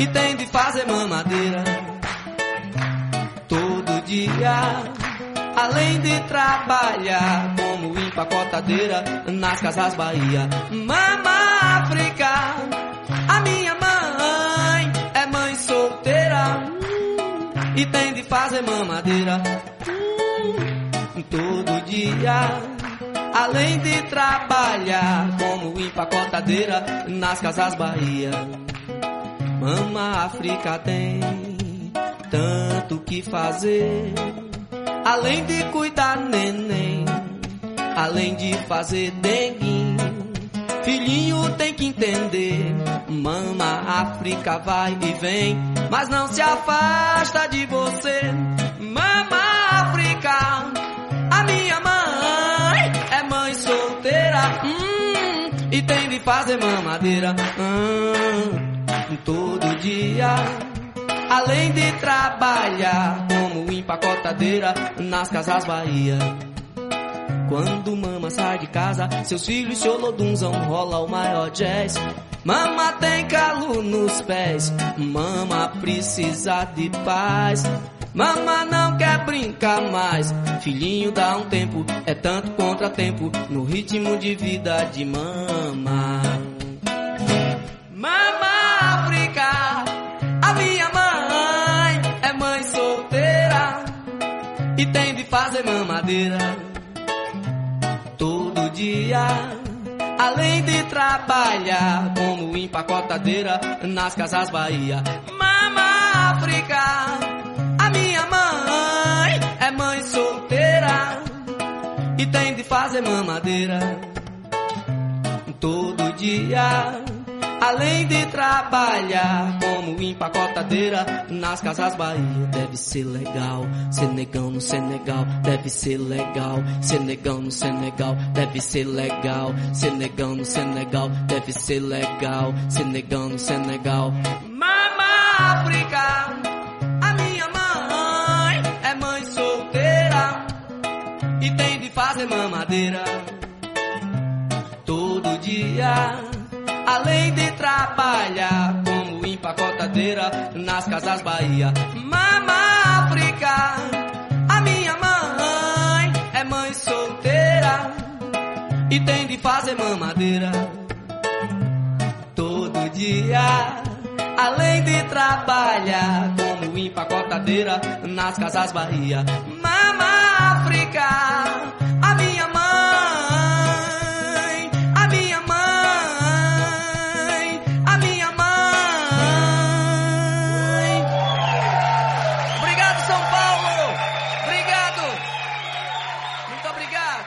e tem de fazer mamadeira todo dia. Além de trabalhar como empacotadeira nas casas Bahia. Mama África, a minha mãe é mãe solteira hum, e tem de fazer mamadeira hum, todo dia. Além de trabalhar como empacotadeira nas casas Bahia. Mama África tem tanto que fazer. Além de cuidar neném, além de fazer denguinho. Filhinho tem que entender. Mama África vai e vem, mas não se afasta de você. Mama África, a minha mãe é mãe solteira hum, e tem de fazer mamadeira hum, todo dia. Além de trabalhar como empacotadeira nas casas Bahia. Quando mama sai de casa, seus filhos se olodunzam, rola o maior jazz. Mama tem calo nos pés, mama precisa de paz. Mama não quer brincar mais, filhinho dá um tempo, é tanto contratempo no ritmo de vida de mama. Mama África, a minha mãe é mãe solteira e tem de fazer mamadeira todo dia. Além de trabalhar como empacotadeira nas casas Bahia. Mama África, a minha mãe é mãe solteira e tem de fazer mamadeira todo dia. Além de trabalhar como empacotadeira nas casas Bahia, deve ser legal. Senegão no Senegal, deve ser legal. Senegão no Senegal, deve ser legal. Senegão no Senegal, deve ser legal. Senegão no Senegal. Mama África, a minha mãe é mãe solteira e tem de fazer mamadeira todo dia. Além de trabalhar como empacotadeira nas casas Bahia, Mama África, a minha mãe é mãe solteira e tem de fazer mamadeira todo dia. Além de trabalhar como empacotadeira nas casas Bahia, Mama África, a minha mãe, a minha mãe, a minha mãe. Obrigado, São Paulo! Obrigado! Muito obrigado!